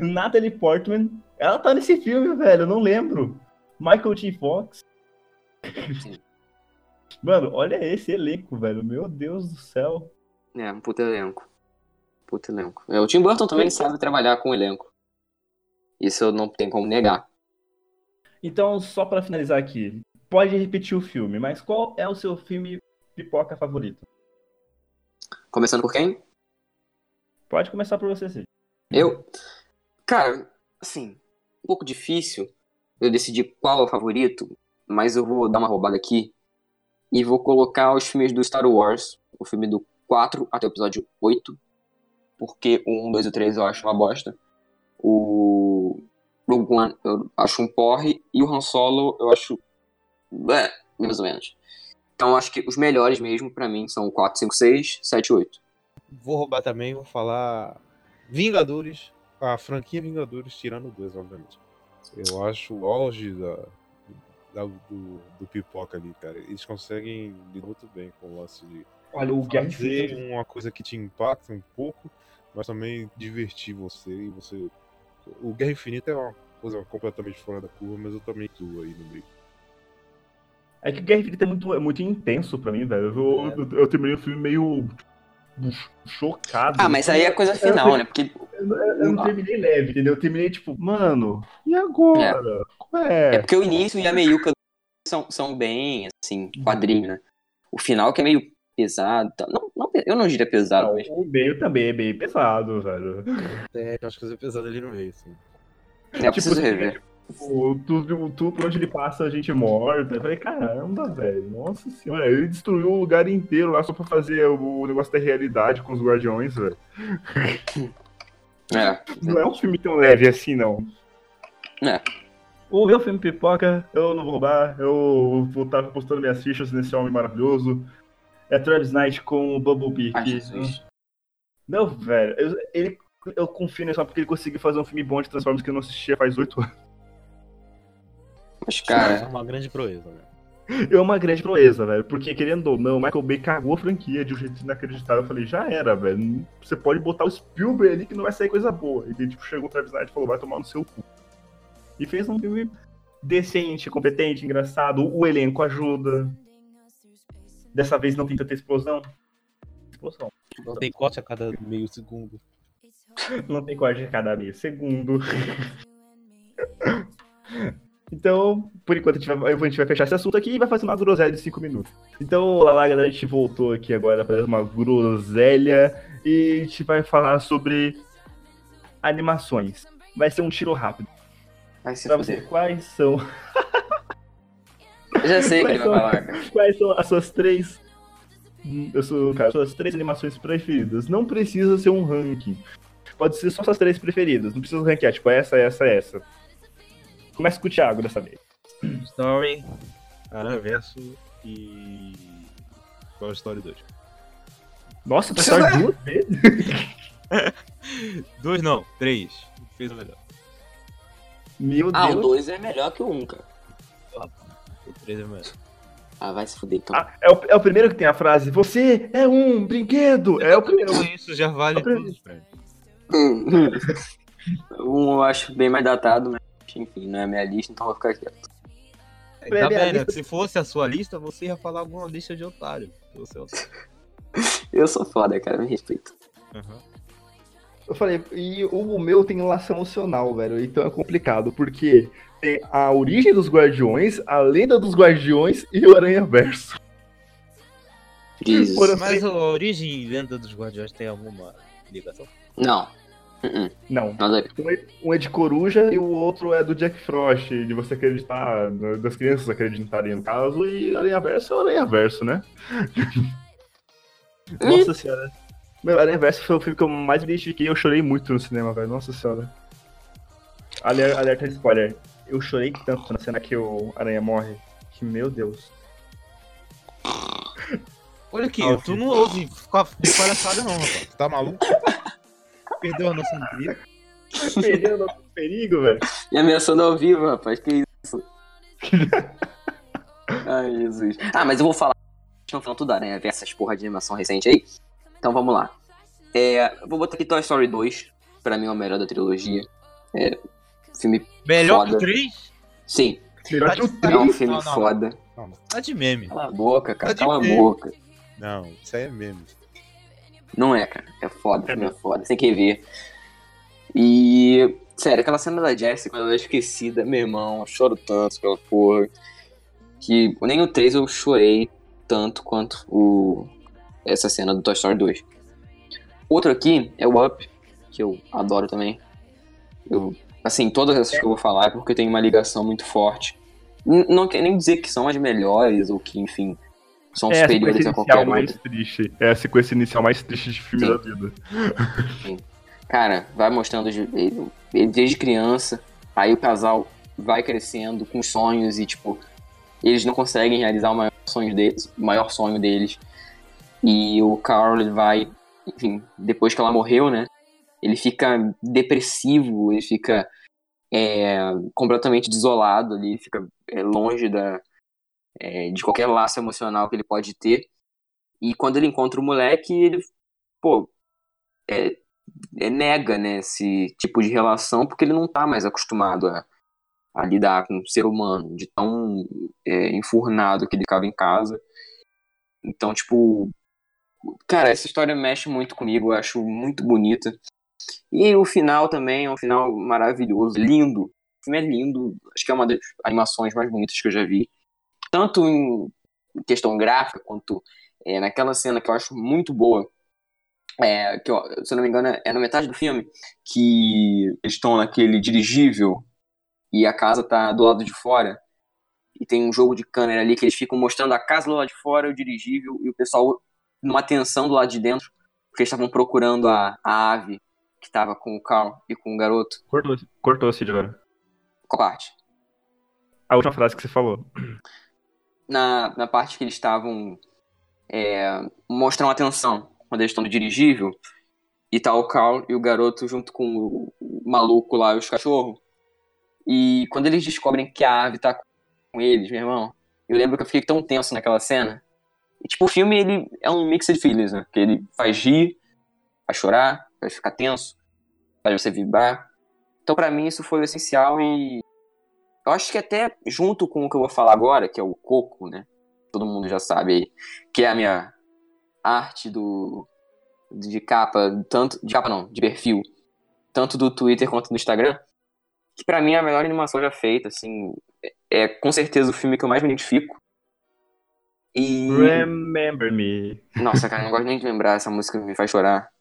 Speaker 1: Natalie Portman. Ela tá nesse filme, velho. Eu não lembro. Michael T. Fox.
Speaker 3: Sim.
Speaker 1: Mano, olha esse elenco, velho. Meu Deus do céu.
Speaker 3: É, um puto elenco. Puto elenco. É, o Tim Burton também ele sabe trabalhar com elenco. Isso eu não tenho como negar.
Speaker 1: Então, só pra finalizar aqui, pode repetir o filme, mas qual é o seu filme pipoca favorito?
Speaker 3: Começando por quem?
Speaker 1: Pode começar por você, Cid.
Speaker 3: Eu. Cara, assim, um pouco difícil eu decidir qual é o favorito, mas eu vou dar uma roubada aqui e vou colocar os filmes do Star Wars, o filme do 4 até o episódio 8, porque o 1, 2 e o 3 eu acho uma bosta. O Rogue One eu acho um porre e o Han Solo eu acho. É, mais ou menos. Então acho que os melhores mesmo pra mim são o 4, 5, 6, 7 e 8.
Speaker 2: Vou roubar também, vou falar Vingadores, a franquia Vingadores, tirando dois, obviamente. Eu acho o auge da, da- do, do pipoca ali, cara. Eles conseguem lidar muito bem com o lance de
Speaker 1: Olha, o Guerra
Speaker 2: fazer uma coisa que te impacta um pouco, mas também divertir você e você. O Guerra Infinita é uma coisa completamente fora da curva, mas eu também tô aí no meio.
Speaker 1: É que o Guerra Infinita é muito, é muito intenso pra mim, velho. Eu,
Speaker 2: É.
Speaker 1: eu, eu terminei o filme meio tipo, chocado.
Speaker 3: Ah, mas aí é coisa final, né? Porque
Speaker 1: Eu, não- eu não terminei leve, entendeu? Eu terminei tipo, mano, e agora? Qual
Speaker 3: É
Speaker 1: é?
Speaker 3: porque o início e a meiuca são, são bem, assim,
Speaker 1: Uhum.
Speaker 3: quadrinho, né? O final que é meio pesado. tá? Não, não, eu não diria pesado,
Speaker 1: Não,
Speaker 3: mas
Speaker 1: o meio também é bem pesado, velho.
Speaker 2: É, eu acho que é pesada ali no meio, assim.
Speaker 3: eu preciso
Speaker 1: tipo,
Speaker 3: rever.
Speaker 1: Tipo, tudo, tudo por onde ele passa, a gente é morta. Eu falei, caramba, velho. Nossa senhora, ele destruiu o lugar inteiro lá só pra fazer o negócio da realidade com os guardiões, velho.
Speaker 3: É.
Speaker 1: Não é um filme tão leve assim, não.
Speaker 3: É.
Speaker 1: O meu filme pipoca, eu não vou roubar, eu vou estar postando minhas fichas nesse homem maravilhoso. É Travis Knight com o Bumblebee.
Speaker 3: Ai,
Speaker 1: que- tipo,
Speaker 3: Jesus.
Speaker 1: Não, velho, eu, ele, eu confio nele só porque ele conseguiu fazer um filme bom de Transformers que eu não assistia faz oito anos.
Speaker 3: Mas,
Speaker 2: é
Speaker 1: tipo,
Speaker 3: cara,
Speaker 2: uma grande proeza, né?
Speaker 1: É uma grande proeza, velho, porque querendo ou não, Michael Bay cagou a franquia de um jeito inacreditável. Eu falei, já era, velho, você pode botar o Spielberg ali que não vai sair coisa boa. Ele, tipo, chegou o Travis Knight e falou, vai tomar no seu cu. E fez um filme decente, competente, engraçado, o elenco ajuda. Dessa vez não tem tanta explosão. Explosão.
Speaker 2: Não tem corte a cada meio segundo.
Speaker 1: Não tem corte a cada meio segundo. Então, por enquanto, a gente, vai, a gente vai fechar esse assunto aqui e vai fazer uma groselha de 5 minutos. Então, lá, lá, galera, a gente voltou aqui agora para uma groselha e a gente vai falar sobre animações. Vai ser um tiro rápido.
Speaker 3: vai se
Speaker 1: Pra você,
Speaker 3: fuder.
Speaker 1: quais são,
Speaker 3: Eu já sei o que
Speaker 1: Vai
Speaker 3: ele vai
Speaker 1: tomar.
Speaker 3: falar, cara.
Speaker 1: quais são as suas três. Hum, Eu sou, cara, suas três animações preferidas. Não precisa ser um ranking. Pode ser só suas três preferidas. Não precisa ranquear, tipo, essa, essa, essa. Começa com o Thiago dessa vez.
Speaker 2: Story, Aranverso e. é Toy Story 2.
Speaker 1: Nossa, tá só duas vezes.
Speaker 2: Dois não, três. Fez o melhor.
Speaker 1: Meu
Speaker 3: Ah, o
Speaker 1: Deus.
Speaker 3: 2 é melhor que o 1, um, cara.
Speaker 2: O três é o melhor.
Speaker 3: Ah, vai se fuder, então.
Speaker 1: Ah, é, o, é o primeiro que tem a frase, você é um brinquedo. É o primeiro.
Speaker 2: Então Isso já vale
Speaker 1: Eu preciso.
Speaker 2: tudo, velho.
Speaker 3: um eu acho bem mais datado, mas enfim, não é a minha lista, então vou ficar quieto.
Speaker 2: Tá
Speaker 1: Ele é a
Speaker 2: vendo?
Speaker 1: lista-
Speaker 2: Se fosse a sua lista, você ia falar alguma lista de otário. porque Você é otário.
Speaker 3: Eu sou foda, cara, me respeito.
Speaker 1: Eu falei, e o meu tem lação emocional, velho. Então é complicado, porque tem a origem dos guardiões, a lenda dos guardiões e o Aranha Verso.
Speaker 3: Jesus.
Speaker 1: Foram-
Speaker 2: Mas a origem e lenda dos guardiões tem alguma ligação?
Speaker 3: Não. Uh -uh,
Speaker 1: Não.
Speaker 3: nada a ver.
Speaker 1: Um é- Um é de coruja e o outro é do Jack Frost, de você acreditar, né, das crianças acreditarem no caso, e Aranha Verso é o Aranha Verso, né? Nossa senhora. Meu, Aranha Verso foi o filme que eu mais me identifiquei eu chorei muito no cinema, velho. Nossa senhora. Aler- Alerta de spoiler. Eu chorei tanto na cena que o Aranha morre. Que meu Deus.
Speaker 2: Olha aqui,
Speaker 1: Ah,
Speaker 2: tu não ouve ficar de palhaçada não, rapaz. Tu Tá maluco? Perdeu a noção de vida.
Speaker 1: Perdeu o nosso perigo, velho.
Speaker 3: Me ameaçando ao vivo, rapaz, que isso. Ai, Jesus. Ah, mas eu vou falar. Estão falando tudo da aranha, ver essas porra de animação recente aí. Então vamos lá. É, eu vou botar aqui Toy Story 2. Pra mim é o melhor da trilogia. É, filme.
Speaker 2: Melhor que
Speaker 3: Foda.
Speaker 2: três?
Speaker 3: Sim,
Speaker 1: Melhor que o
Speaker 3: é um
Speaker 1: três.
Speaker 3: filme
Speaker 2: Não, não.
Speaker 3: foda.
Speaker 2: Tá de meme.
Speaker 3: Cala a boca, cara.
Speaker 2: Tá de
Speaker 3: Cala a
Speaker 2: medo.
Speaker 3: boca.
Speaker 2: Não, isso aí é meme.
Speaker 3: Não é, cara. É foda,
Speaker 1: É
Speaker 3: filme é foda. Tem que ver. E. Sério, aquela cena da Jessie, quando ela é esquecida, meu irmão, eu choro tanto pela porra. Que nem o 3 eu chorei tanto quanto o... essa cena do Toy Story 2. Outro aqui é o Up, que eu adoro também. Eu, assim, todas essas que eu vou falar é porque tem uma ligação muito forte. N- não quer nem dizer que são as melhores ou que, enfim, são
Speaker 1: É a
Speaker 3: superiores
Speaker 1: sequência
Speaker 3: a qualquer
Speaker 1: inicial mais
Speaker 3: outra.
Speaker 1: triste. É a sequência inicial mais triste de filme
Speaker 3: Sim.
Speaker 1: da vida.
Speaker 3: Cara, vai mostrando de- ele- ele desde criança, aí o casal vai crescendo com os sonhos e, tipo, eles não conseguem realizar o maior sonho deles, o maior sonho deles. E o Carl ele vai, enfim, depois que ela morreu, né? Ele fica depressivo, ele fica é, completamente desolado ali, fica é, longe da, é, de qualquer laço emocional que ele pode ter. E quando ele encontra o moleque, ele, pô, é, é, nega, né, esse tipo de relação, porque ele não tá mais acostumado a, a lidar com o ser humano, de tão é, enfurnado que ele ficava em casa. Então, tipo, cara, essa história mexe muito comigo, eu acho muito bonita. E o final também é um final maravilhoso, lindo. O filme é lindo, acho que é uma das animações mais bonitas que eu já vi. Tanto em questão gráfica, quanto é, naquela cena que eu acho muito boa, é, que eu- se eu não me engano é na metade do filme, que eles estão naquele dirigível e a casa tá do lado de fora. E tem um jogo de câmera ali que eles ficam mostrando a casa do lado de fora, o dirigível e o pessoal numa tensão do lado de dentro, porque eles estavam procurando a, a ave que tava com o Carl e com o garoto.
Speaker 1: Cortou, cortou Cid agora.
Speaker 3: Qual parte?
Speaker 1: A última frase que você falou.
Speaker 3: na, na parte que eles estavam é, mostram atenção quando eles estão no dirigível e tá o Carl e o garoto junto com o, o maluco lá e os cachorros e quando eles descobrem que a ave tá com eles, meu irmão eu lembro que eu fiquei tão tenso naquela cena e, tipo, o filme ele é um mix de feelings, né? Porque ele faz rir faz chorar, faz ficar tenso faz você vibrar então pra mim isso foi o essencial e eu acho que até junto com o que eu vou falar agora, que é o coco, né? Todo mundo já sabe aí, que é a minha arte do de capa, tanto de capa não, de perfil, tanto do Twitter quanto do Instagram, que pra mim é a melhor animação já feita, assim, é é com certeza o filme que eu mais me identifico. E
Speaker 1: Uhum. Remember me.
Speaker 3: nossa, cara, eu não gosto nem de lembrar, essa música me faz chorar.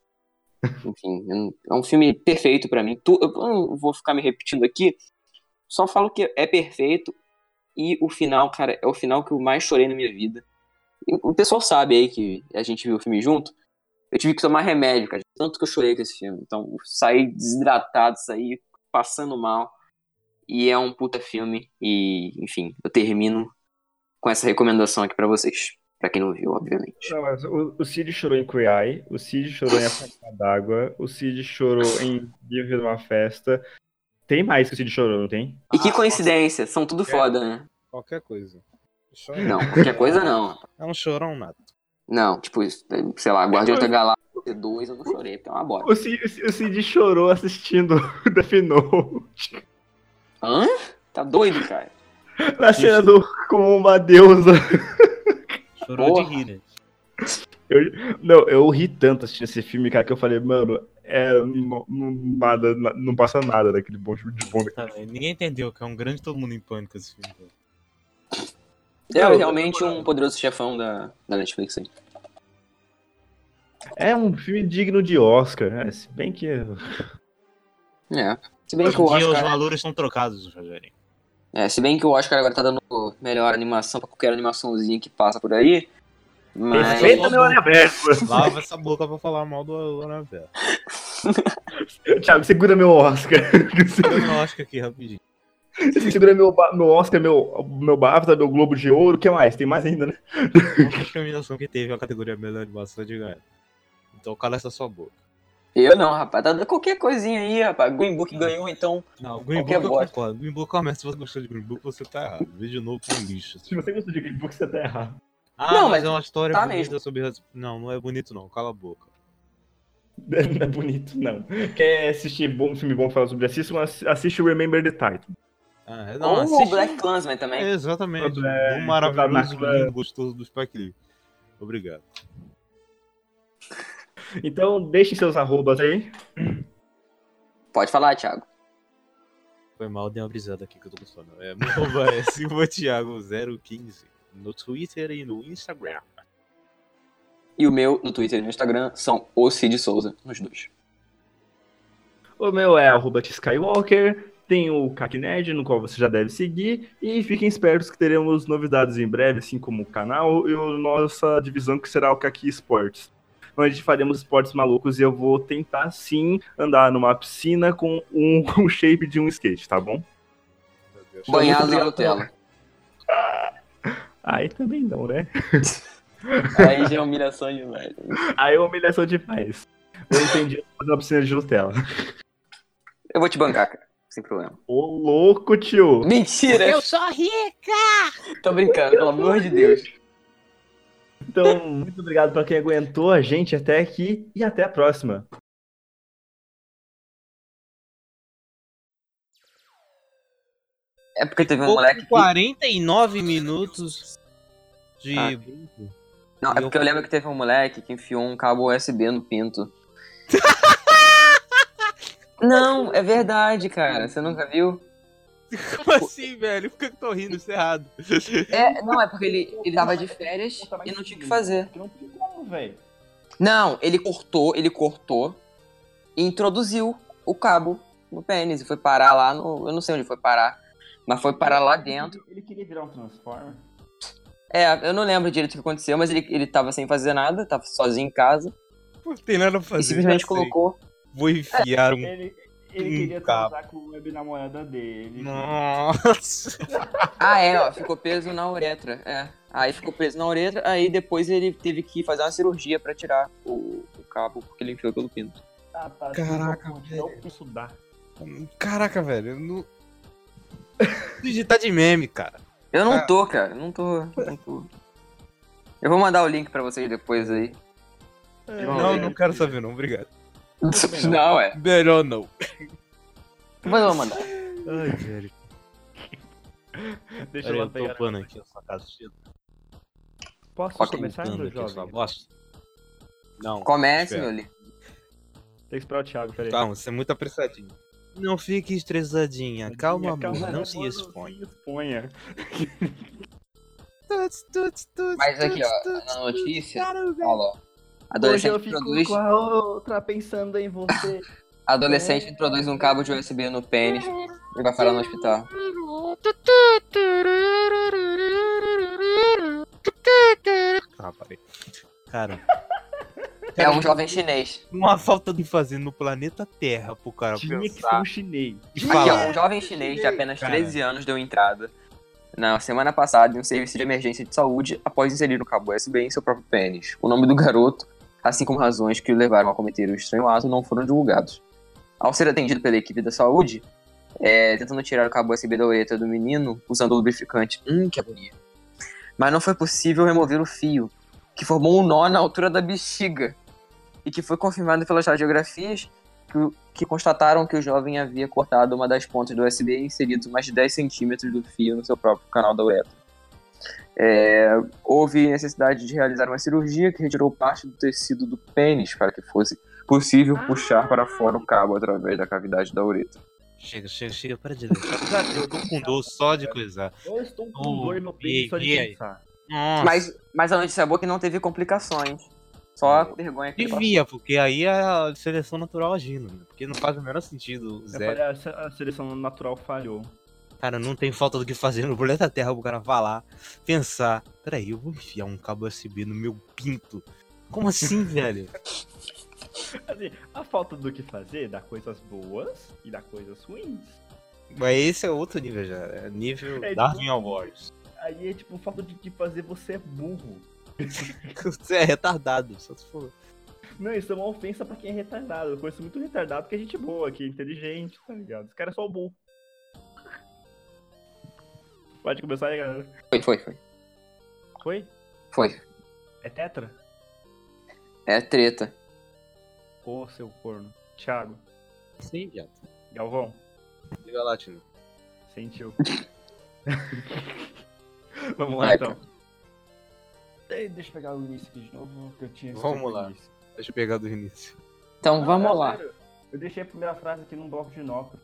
Speaker 3: Enfim, eu não- é um filme perfeito pra mim. Tu- Eu não vou ficar me repetindo aqui, só falo que é perfeito e o final, cara, é o final que eu mais chorei na minha vida. E o pessoal sabe aí que a gente viu o filme junto. Eu tive que tomar remédio, cara, de tanto que eu chorei com esse filme. Então, eu saí desidratado, saí passando mal. E é um puta filme. E, enfim, eu termino com essa recomendação aqui pra vocês. Pra quem não viu, obviamente.
Speaker 1: Não, mas o, o Cid chorou em Cry, o Cid chorou em A Fonte d'Água, o Cid chorou em Viva de uma Festa. Tem mais que o Cid chorou, não tem?
Speaker 3: E que
Speaker 2: Ah,
Speaker 3: coincidência, são tudo
Speaker 2: É.
Speaker 3: foda, né?
Speaker 2: Qualquer coisa. Chorão.
Speaker 3: Não, qualquer coisa não.
Speaker 2: É um chorão nato.
Speaker 3: Não, tipo, isso, sei lá, Guardiões da Galáxia 2 eu não chorei, porque é uma bosta.
Speaker 1: O Cid, o Cid chorou assistindo Death Note.
Speaker 3: Hã? Tá doido, cara?
Speaker 1: Na cena do como uma deusa.
Speaker 4: Chorou
Speaker 3: Porra.
Speaker 4: de rir, né?
Speaker 1: Não, eu ri tanto assistindo esse filme, cara, que eu falei, mano, é, não, não- nada, na- não passa nada daquele bom de bom.
Speaker 4: Tá, velho, ninguém entendeu que é um grande todo mundo em pânico esse filme. velho.
Speaker 3: É
Speaker 1: Não,
Speaker 3: realmente um poderoso chefão da, da Netflix aí.
Speaker 1: É um filme digno de Oscar, né? Se bem que.
Speaker 3: É. Se bem
Speaker 4: Hoje
Speaker 3: que é. o
Speaker 4: em dia os
Speaker 3: Oscar.
Speaker 4: valores estão trocados, Rogério.
Speaker 3: É, se bem que o Oscar agora tá dando melhor animação pra qualquer animaçãozinha que passa por aí. Mas.
Speaker 4: Perfeito.
Speaker 1: meu olho aberto!
Speaker 2: Lava essa boca pra falar mal do
Speaker 4: né,
Speaker 2: Anabel.
Speaker 1: Thiago, segura meu Oscar.
Speaker 4: Eu não acho que aqui, rapidinho.
Speaker 1: segura meu, ba- meu Oscar, meu, meu BAFTA, meu Globo de Ouro, o que mais? Tem mais ainda, né?
Speaker 4: única nominação que teve a categoria melhor animação de ganhar. Então cala essa sua boca.
Speaker 3: Eu não, rapaz. Tá dando qualquer coisinha aí, rapaz. Green Book ganhou, então.
Speaker 4: Não, Green Book
Speaker 3: Qualquer
Speaker 4: eu
Speaker 3: bosta.
Speaker 4: concordo. Green Book é uma merda. Se você gostou de Green Book, você tá errado. Vê de novo com lixo.
Speaker 1: Se você gostou de Green Book, você tá errado.
Speaker 4: Ah,
Speaker 3: Não,
Speaker 4: não,
Speaker 3: mas
Speaker 4: mas é uma história
Speaker 3: tá
Speaker 4: bonita
Speaker 3: mesmo.
Speaker 4: sobre... raci- Não, não é bonito não. Cala a boca.
Speaker 1: Não é bonito, não. Quer assistir bom filme bom falar sobre racismo? Assi- Assiste o Remember the Title.
Speaker 4: Ah, é-
Speaker 3: Ou
Speaker 4: não,
Speaker 3: o
Speaker 4: assiste-
Speaker 3: Black Klansman também.
Speaker 4: É, exatamente.
Speaker 1: Quando é-
Speaker 4: O maravilhoso,
Speaker 1: quando a máquina-
Speaker 4: lindo, gostoso do Spike Lee. Obrigado.
Speaker 1: Então, deixem seus arrobas aí.
Speaker 3: Pode falar, Thiago.
Speaker 4: Foi mal, dei uma brisada aqui que eu tô com sono. É, meu arroba é Silva Thiago 015 no Twitter e no Instagram.
Speaker 3: E o meu, no Twitter e no Instagram, são o Cid Souza, nos dois.
Speaker 1: O meu é arroba Skywalker, tem o Cac Nerd, no qual você já deve seguir, e fiquem espertos que teremos novidades em breve, assim como o canal e a nossa divisão que será o Kaki Esportes. Onde faremos esportes malucos e eu vou tentar sim andar numa piscina com um, um shape de um skate, tá bom?
Speaker 4: Meu Deus.
Speaker 3: Banhado na Nutella.
Speaker 1: Aí também não, né?
Speaker 3: Aí já é humilhação demais.
Speaker 1: Aí é humilhação demais. Eu entendi fazer uma piscina de Nutella.
Speaker 3: Eu vou te bancar, cara. Sem problema.
Speaker 1: Ô louco, tio!
Speaker 3: Mentira! Eu sou rica! Tô brincando, pelo amor de Deus.
Speaker 1: Então, muito obrigado pra quem aguentou a gente até aqui e até a próxima.
Speaker 3: É porque teve um
Speaker 2: Ficou
Speaker 3: moleque.
Speaker 2: com 49 minutos de
Speaker 3: Ah.
Speaker 2: brinco.
Speaker 3: Não, é porque eu lembro que teve um moleque que enfiou um cabo USB no pinto. Não, é verdade, cara. Você nunca viu?
Speaker 2: Como assim, velho? Por que eu tô rindo? Isso é errado.
Speaker 3: É, não, é porque ele, ele tava de férias e não tinha o que fazer.
Speaker 1: Não tem como, velho.
Speaker 3: Não, ele cortou, ele cortou e introduziu o cabo no pênis e foi parar lá no. Eu não sei onde foi parar, mas foi parar lá dentro.
Speaker 1: Ele queria virar um Transformer.
Speaker 3: É, eu não lembro direito o que aconteceu, mas ele, ele tava sem fazer nada, tava sozinho em casa
Speaker 2: Pô, tem nada pra
Speaker 3: e
Speaker 2: fazer.
Speaker 3: simplesmente
Speaker 2: já sei.
Speaker 3: colocou.
Speaker 2: Vou enfiar um.
Speaker 1: Ele,
Speaker 2: Hum,
Speaker 1: ele queria
Speaker 2: tá.
Speaker 1: transar com o web namorada dele.
Speaker 2: Nossa.
Speaker 3: Ah, é, ó, ficou preso na uretra. É. Aí ficou preso na uretra, aí depois ele teve que fazer uma cirurgia pra tirar o, o cabo, porque ele enfiou pelo pinto.
Speaker 1: Tá, tá,
Speaker 2: Caraca,
Speaker 1: não,
Speaker 2: velho.
Speaker 1: Não estudar.
Speaker 2: Caraca, velho. Eu não... Digitar de meme, cara.
Speaker 3: Eu
Speaker 1: Ah.
Speaker 3: não tô, cara, não tô, não tô. Eu vou mandar o link pra vocês depois aí.
Speaker 1: é.
Speaker 2: Não, não quero saber, não. Obrigado.
Speaker 1: também não.
Speaker 3: Não, é.
Speaker 2: Melhor não.
Speaker 3: Depois eu vou mandar.
Speaker 2: Ai, velho.
Speaker 1: Deixa
Speaker 2: Peraí,
Speaker 1: eu lá
Speaker 2: eu tô
Speaker 1: pegar.
Speaker 2: upando aqui essa cacetada.
Speaker 1: Posso
Speaker 3: Ok,
Speaker 1: começar, meu
Speaker 2: essa
Speaker 1: Tá jovem?
Speaker 2: bosta. Não.
Speaker 3: Comece,
Speaker 2: Espera.
Speaker 3: meu lindo.
Speaker 1: Tem que esperar o Thiago, peraí.
Speaker 2: Calma, você é muito apressadinho. Não fique estressadinha. Calma, amor. não se expõe.
Speaker 1: se exponha.
Speaker 2: Tuts, tuts, tuts,
Speaker 3: Mas aqui, ó,
Speaker 2: tuts, tuts,
Speaker 3: na notícia,
Speaker 2: tuts.
Speaker 3: Falou.
Speaker 1: Hoje
Speaker 3: Adolescente
Speaker 1: eu fico
Speaker 3: produz.
Speaker 1: com a outra pensando em você.
Speaker 3: Adolescente introduz um cabo de USB no pênis e vai parar no hospital.
Speaker 2: Ah, parei. Cara,
Speaker 3: É um jovem chinês.
Speaker 2: uma falta de fazer no planeta Terra pro cara
Speaker 1: Tinha que ser
Speaker 2: pensar
Speaker 1: um chinês.
Speaker 2: e
Speaker 3: Aqui, ó,
Speaker 2: falar.
Speaker 3: um jovem chinês de apenas
Speaker 2: Cara.
Speaker 3: 13 anos deu entrada na semana passada em um serviço de emergência de saúde após inserir um cabo USB em seu próprio pênis. O nome do garoto, assim como razões que o levaram a cometer o estranho ato, não foram divulgados. Ao ser atendido pela equipe da saúde, é, tentando tirar o cabo USB da orelha do menino usando o lubrificante. Hum, que agonia. mas não foi possível remover o fio, que formou um nó na altura da bexiga, e que foi confirmado pelas radiografias que, o- que constataram que o jovem havia cortado uma das pontas do USB e inserido mais de 10 centímetros do fio no seu próprio canal da uretra. É, houve necessidade de realizar uma cirurgia que retirou parte do tecido do pênis para que fosse possível
Speaker 1: Ah.
Speaker 3: puxar para fora o cabo através da cavidade da uretra.
Speaker 4: Chega, chega, chega, para de ler.
Speaker 2: Eu tô com dor só de coisar.
Speaker 1: Eu estou com
Speaker 4: Oh,
Speaker 1: dor no
Speaker 4: e-
Speaker 1: peito só de
Speaker 4: e aí?
Speaker 1: pensar.
Speaker 2: Nossa.
Speaker 3: Mas, mas a notícia boa é que não teve complicações. Só a vergonha que ele passou.
Speaker 2: Devia, porque aí é a seleção natural agindo, né? porque não faz o menor sentido.
Speaker 1: Eu
Speaker 2: Zero.
Speaker 1: falei, a se- a seleção natural falhou.
Speaker 2: Cara, não tem falta do que fazer no planeta Terra pro cara falar, pensar. Peraí, eu vou enfiar um cabo USB no meu pinto. Como assim, velho?
Speaker 1: Assim, a falta do que fazer dá coisas boas e dá coisas ruins.
Speaker 2: Mas esse é outro nível já, é nível
Speaker 1: É,
Speaker 2: Darwin Awards.
Speaker 1: Aí é tipo, falta de que fazer você é burro.
Speaker 2: Você é retardado, só se for.
Speaker 1: Não, isso é uma ofensa pra quem é retardado. Eu conheço muito retardado que é gente boa, que é inteligente, tá ligado? Os caras são burro. Pode começar aí, galera.
Speaker 3: Foi, foi, foi.
Speaker 1: Foi?
Speaker 3: Foi.
Speaker 1: É tetra?
Speaker 3: É treta.
Speaker 1: Ô, seu corno. Thiago.
Speaker 2: Sim, viado.
Speaker 1: Galvão.
Speaker 2: Liga lá, tio.
Speaker 1: Sentiu. Vamos
Speaker 3: Vai,
Speaker 1: lá, então. Ei, Deixa eu pegar o início aqui de novo, que eu tinha... esquecido
Speaker 2: Vamos lá.
Speaker 1: o início.
Speaker 2: Deixa eu pegar do início.
Speaker 3: Então
Speaker 1: Não,
Speaker 3: vamos
Speaker 1: é
Speaker 3: lá.
Speaker 1: sério. Eu deixei a primeira frase aqui num bloco de notas.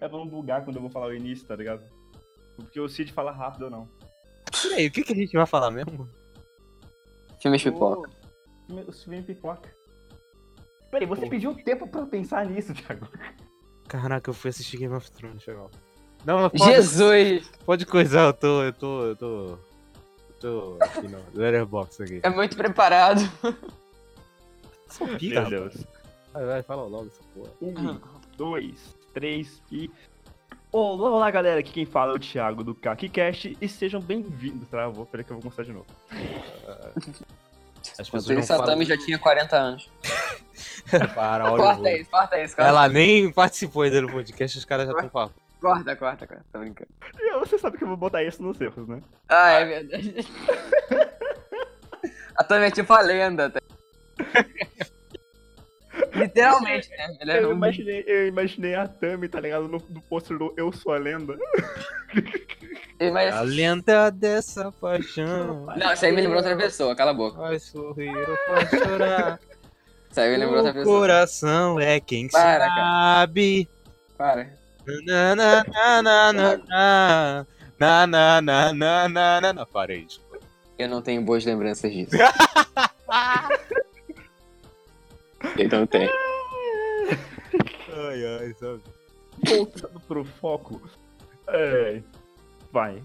Speaker 1: É pra não bugar quando eu vou falar o início, tá ligado? Porque o Cid fala rápido ou não.
Speaker 2: Peraí, o que, que a gente vai falar mesmo?
Speaker 3: Filme de pipoca.
Speaker 1: O o filme pipoca. Peraí, você pediu tempo pra pensar nisso, Thiago.
Speaker 2: Caraca, eu fui assistir Game of Thrones, legal. Não, mas pode,
Speaker 3: Jesus!
Speaker 2: pode coisar, eu tô. Eu tô. Eu tô. Eu tô. Aqui no Letterboxd aqui.
Speaker 3: É muito preparado.
Speaker 2: Só
Speaker 1: Meu
Speaker 2: pica,
Speaker 1: Deus.
Speaker 2: Vai, vai, fala logo essa porra.
Speaker 1: Um, dois, três e. Olá, olá, galera. Aqui quem fala é o Thiago do KakiCast e sejam bem-vindos. Travou, peraí que eu vou começar de novo.
Speaker 4: As pessoas
Speaker 3: O
Speaker 4: não falam.
Speaker 3: Satami já tinha 40 anos.
Speaker 2: Para, olha o
Speaker 3: Corta
Speaker 2: voo.
Speaker 3: isso, corta isso, corta.
Speaker 2: Ela nem participou ainda do podcast, os caras já estão falando.
Speaker 3: Corta, corta, corta. Tô brincando.
Speaker 1: E você sabe que eu vou botar isso nos erros, né?
Speaker 3: Ah, é verdade. A Tami é tipo a lenda, tá? Literalmente, né? Ele era
Speaker 1: Eu
Speaker 3: um...
Speaker 1: imaginei, eu imaginei a Tami, tá ligado? No, no pôster do Eu Sou a Lenda.
Speaker 2: A
Speaker 3: ele imagina-
Speaker 2: lenda dessa paixão.
Speaker 3: Não, isso aí me lembrou outra pessoa, cala a boca.
Speaker 2: Vai sorrir ou vai chorar.
Speaker 3: Isso aí me lembrou outra
Speaker 2: O
Speaker 3: pessoa.
Speaker 2: coração é quem
Speaker 3: Para,
Speaker 2: sabe.
Speaker 3: Para.
Speaker 2: Na, na, na, na, na, na. Na, na, na, na, na, na, na parede.
Speaker 3: Eu não tenho boas lembranças disso. então tem.
Speaker 2: Ai, ai, sabe?
Speaker 1: Voltando pro foco. É. Vai.